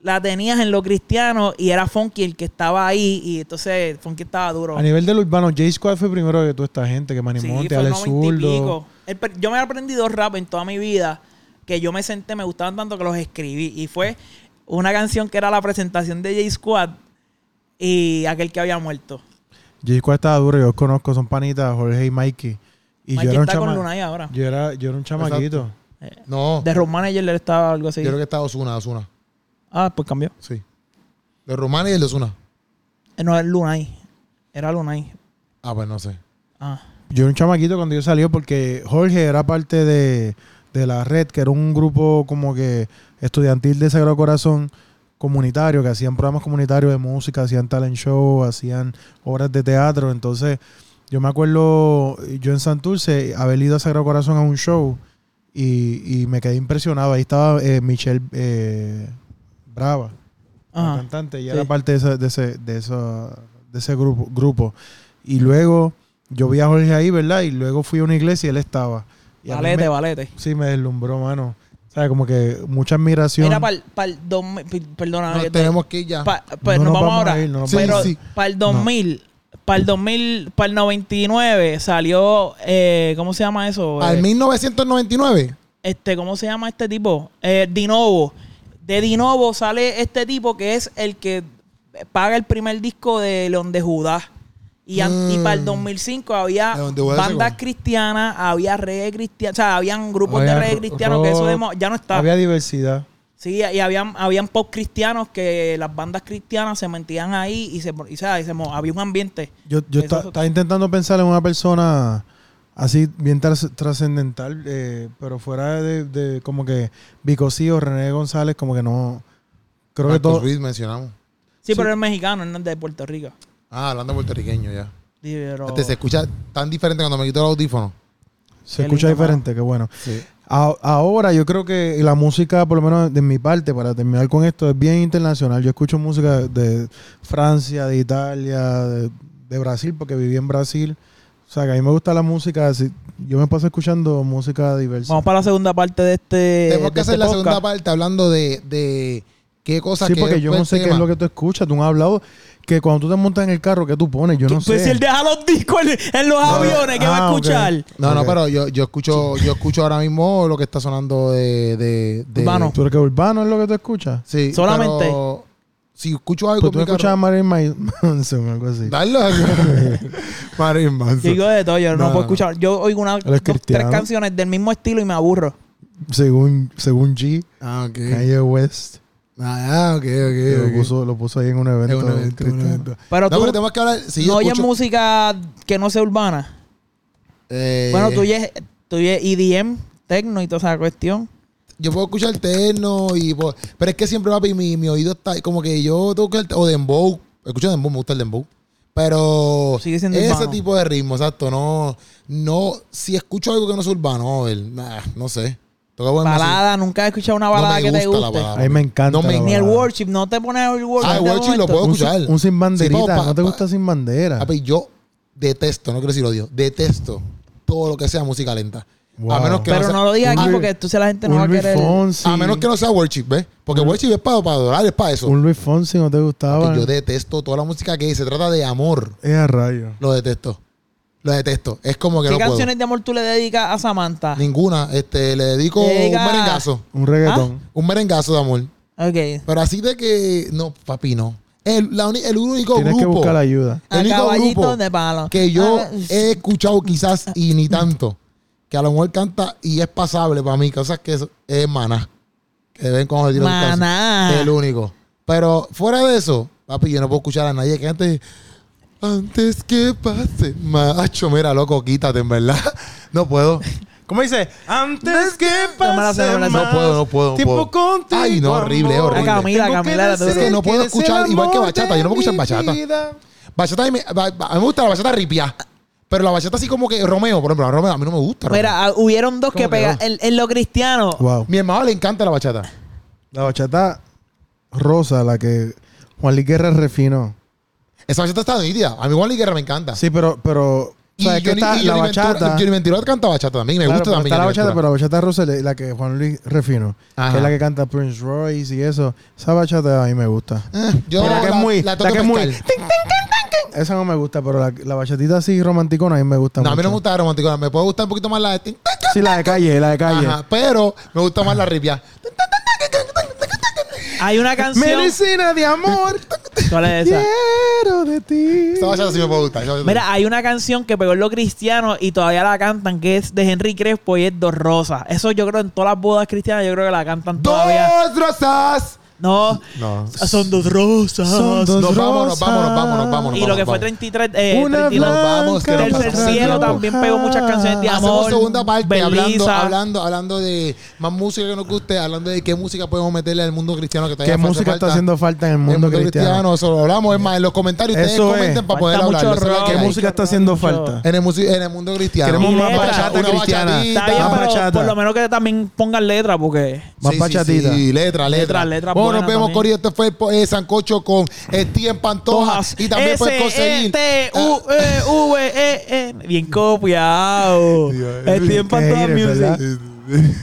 la tenías en lo cristiano y era Funky el que estaba ahí y entonces Funky estaba duro. A nivel del urbano, J Squad fue primero que toda esta gente, que Manny Sí, Monte, fue Alex 90 y Zurdo. pico. El per- yo me he aprendido rap en toda mi vida que yo me senté, me gustaban tanto que los escribí. Y fue una canción que era la presentación de J Squad y aquel que había muerto. J Squad estaba duro, yo los conozco, son panitas, Jorge y Mikey. Y Mikey yo era un está con chama- Lunay ahora. yo era, yo era un chamaquito. No, De Road Manager él estaba algo así. yo creo que está Osuna, Osuna. Ah, pues cambió. Sí. De Román y el de Osuna. Eh, No, es Lunay. Era Lunay. Ah, pues no sé. Ah. Yo era un chamaquito cuando yo salió porque Jorge era parte de, de la red, que era un grupo como que estudiantil de Sagrado Corazón comunitario, que hacían programas comunitarios de música, hacían talent show, hacían obras de teatro. Entonces, yo me acuerdo yo en Santurce haber ido a Sagrado Corazón a un show y, y me quedé impresionado. Ahí estaba eh, Michelle eh, Brava la Ajá. cantante, y sí. era parte de ese, de ese, de esa- de ese grupo, grupo. Y luego yo vi a Jorge ahí, ¿verdad? Y luego fui a una iglesia y él estaba. Y a mí Valete, me- valete. Sí, me deslumbró, mano. O sea, como que mucha admiración. Mira, para el 2000, pi- perdóname, que No, Ah, te- tenemos que ir ya. pa- pues No nos nos vamos, vamos ahora. a ir, no nos pero vamos a ir. para el 2000, para el 2000, para el 99 salió, eh, ¿cómo se llama eso? Eh, Al 1999. este, ¿cómo se llama este tipo? Eh, Dinovo. De Dinovo sale este tipo que es el que paga el primer disco de León de Judá. Y, an- Mm. y para el 2005 había León de Judá se bandas conoce. cristianas, había reggae cristiano, o sea, habían grupos Había de reggae ro- cristiano que eso de rock, mo- ya no está. Había diversidad. Sí, y habían, habían pop cristianos que las bandas cristianas se metían ahí y se, y, o sea, y se mo- había un ambiente. Yo, yo Eso esta- es- estaba intentando pensar en una persona así bien tras- trascendental, eh, pero fuera de, de como que Bicosí o René González, como que no. Creo que Marcos todo. Ruiz mencionamos. Sí, pero es mexicano, él no es de Puerto Rico. Ah, hablando puertorriqueño ya. Sí, pero- Este, se escucha tan diferente cuando me quito el audífono. Se Qué escucha lindo, diferente, qué bueno. A- ahora yo creo que la música, por lo menos de mi parte, para terminar con esto, es bien internacional. Yo escucho música de Francia, de Italia, de, de Brasil, porque viví en Brasil. O sea, que a mí me gusta la música. así- yo me paso escuchando música diversa. Vamos para la segunda parte de este. Tenemos de que Eh, hacer este la segunda podcast. parte hablando de, de qué cosas sí, que porque es yo el no sé qué es tema. lo que tú escuchas. Tú me has hablado que cuando tú te montas en el carro, ¿qué tú pones? Yo no Pues si sé. él deja los discos en, en los aviones, ¿qué va Ah, a ok. escuchar? No, Ok. no, pero yo, yo escucho yo escucho ahora mismo lo que está sonando de... de, de- Urbano. ¿Tú eres que urbano es lo que tú escuchas? Sí, Solamente. pero si escucho algo Pues con tú mi escuchas a Marilyn [laughs] Manson algo así. Dale. [laughs] Marín Yo Manson. digo de todo, yo no, No, puedo no, no. escuchar. Yo oigo unas Él es tres cristiano. canciones del mismo estilo y me aburro. Según, según G, Ah, ok. Kanye West. Ah, ok, que ok, Lo, ok. puso, lo puso ahí en un evento. Es un evento, un cristiano. evento. Pero No, tú pero tenemos que hablar... Si yo no oyes escucho- música que no sea urbana. eh, Bueno, tú oyes, tú oyes EDM, techno y toda esa cuestión. Yo puedo escuchar terno y... puedo- pero es que siempre, papi, mi, mi oído está... Como que yo tengo que... O dembow. Escucho dembow, me gusta el dembow. Pero... Sigue siendo ese urbano. tipo de ritmo, exacto. No... No... Si escucho algo que no es urbano, el- nah, no sé. Toca buena música. Balada, nunca he escuchado una balada me que te gusta la guste. balada. A mí me encanta. No me- la Ni el balada. worship, no te pones el worship. Ah, el en este worship lo momento. puedo Un, sin- escuchar. un sin banderita. Sí, pa- Ah, pues, pa- ¿No te gusta pa- sin bandera? Papi, yo detesto, no quiero decir odio, detesto todo lo que sea música lenta. Wow. A menos que Pero no sea, no lo digas aquí Ulrich- porque tú sé la Este gente no va a un Luis querer. Fonsi. a Ah, menos que no sea worship, ¿ves? Porque worship es para, para adorar, es para eso. Mm. Un Luis Fonsi no te gustaba. Papi, Ah, pues, yo detesto toda la música que se trata de amor. Es a rayo. Lo detesto. Lo detesto. Es como que ¿Qué no puedo. canciones de amor tú le dedicas a Samantha? Ninguna, este le dedico Le diga- un merengazo, Un reggaetón. un merengazo de amor. Ok. Pero así de que no, papi, no. El, la uni- el único Tienes que grupo buscar ayuda. A El único caballito grupo de palo. que yo Ah, he escuchado quizás y ni tanto, que a lo mejor canta y es pasable para mí, cosas que es, es maná. Que ven con el tiro del caso. Maná. El único. Pero fuera de eso, papi, yo no puedo escuchar a nadie que antes. Antes que pase, macho, mira, loco, quítate, en verdad. [laughs] No puedo. ¿Cómo dice? Antes que No me la sé, pase no me la sé. más No puedo, no puedo, no Tiempo puedo. contigo, Ay, no, horrible, amor. horrible. A Camila, Tengo que Camila, la duro. decir Es que no puedo eres el escuchar igual que amor bachata. Yo no puedo de escuchar mi bachata. vida. Bachata, a mí, me- ba- ba- a mí me gusta la bachata ripia. Pero la bachata así como que Romeo, por ejemplo, a Romeo a mí no me gusta. Romeo. Mira, ah, hubieron dos que ¿Cómo que pegaron. dos? En, en lo cristiano. Wow. Mi hermano le encanta la bachata. La bachata rosa, la que Juan Luis Guerra refinó. Esa bachata está nítida. A mí Juan Luis Guerra me encanta. Sí, pero. pero Y ¿Sabes qué Johnny- está? y La Johnny Ventura- bachata. Johnny Ventura canta bachata también. Me Claro, gusta pero también. Está la Johnny bachata, pero Ventura. la bachata rosa, es la que Juan Luis refino, que Ajá. es la que canta Prince Royce y eso. Esa bachata a mí me gusta. Eh, yo Pero la que es muy- la tengo que es muy- pescar. Esa no me gusta, pero la, la bachatita así romanticona a mí me gusta No, a mí mucho. no me gusta la romántica. Me puede gustar un poquito más la de... Sí, la de calle, la de calle. Ajá, pero me gusta más la ripia. Hay [laughs] una canción. Medicina de amor, ¿Cuál es esa? quiero de ti. Esa bachata sí me puede gustar. esa bachata- Mira, hay una canción que pegó en lo cristiano y todavía la cantan, que es de Henry Crespo y es Dos Rosas. Eso yo creo en todas las bodas cristianas, yo creo que la cantan todavía. ¡Dos rosas! No, No. son dos rosas. Son dos Nos vámonos, rosas. vámonos, vámonos, vámonos. y lo que vamos. fue 33, eh, Una 32, blanca vamos, que nos Tercer pasamos el Cielo tiempo. también pegó muchas canciones de amor. Hacemos segunda parte hablando, Belisa. hablando, hablando de más música que nos guste, hablando de qué música podemos meterle al mundo cristiano que todavía ¿Qué hace música falta. está haciendo falta en el El mundo, cristiano? Eso lo hablamos, es más, en los comentarios ustedes Eso es. comenten para poder Falta hablar. mucho rock. ¿Qué Ay, música está mucho, haciendo mucho. falta? En el, musi- en el mundo cristiano. Queremos Y más letra. bachata Una cristiana. bachatita. Está bien, Más pero bachata. por lo menos que también pongan letra, porque Más Sí, sí, bachatita. Sí, letra, letra. Letra, letra Bueno, buena nos vemos, también. Corillo. Este fue el po- eh, Sancocho con Steven Pantoja. Y también puedes conseguir. T U E V E N. Bien [laughs] copiado. El tiempo en Qué toda eres, ¿verdad? music.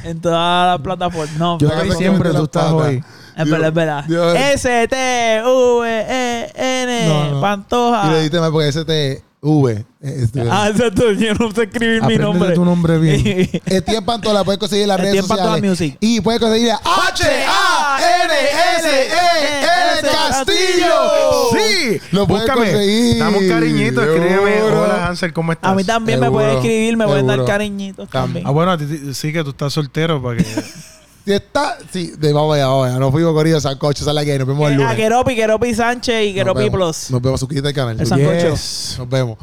En todas las plataformas. No, Yo pero- estoy siempre, tú estás hoy. es verdad, es verdad. Dios. S T U E N. No, no. Y le Pantoja. diste más porque ese te. V. eh, este- Ah, exacto. Yo no sé escribir mi nombre. Aprende tu nombre bien. [laughs] Esteban Pantola, puedes conseguir en las redes Esteban Pantola sociales. Music. Y puedes conseguir a E E H-A-N-S-E-L Castillo. Sí, Lo puedes conseguir. Dame un cariñito, escríbeme. Seguro. Hola, Hansel, ¿cómo estás? A mí también me Seguro, pueden escribir, me pueden dar seguro. cariñitos también. Ah, bueno, a ti- ti- sí que tú estás soltero para que. Si está, sí, de, vamos allá, vamos allá. Nos fuimos corridos, Sancocho, sale aquí. Nos vemos el Eh, A pues, lunes. Queropi, Queropi Sánchez y Nos Queropi vemos. Plus. Nos vemos, suscríbete al canal. El [laughs] Sancocho. Nos vemos.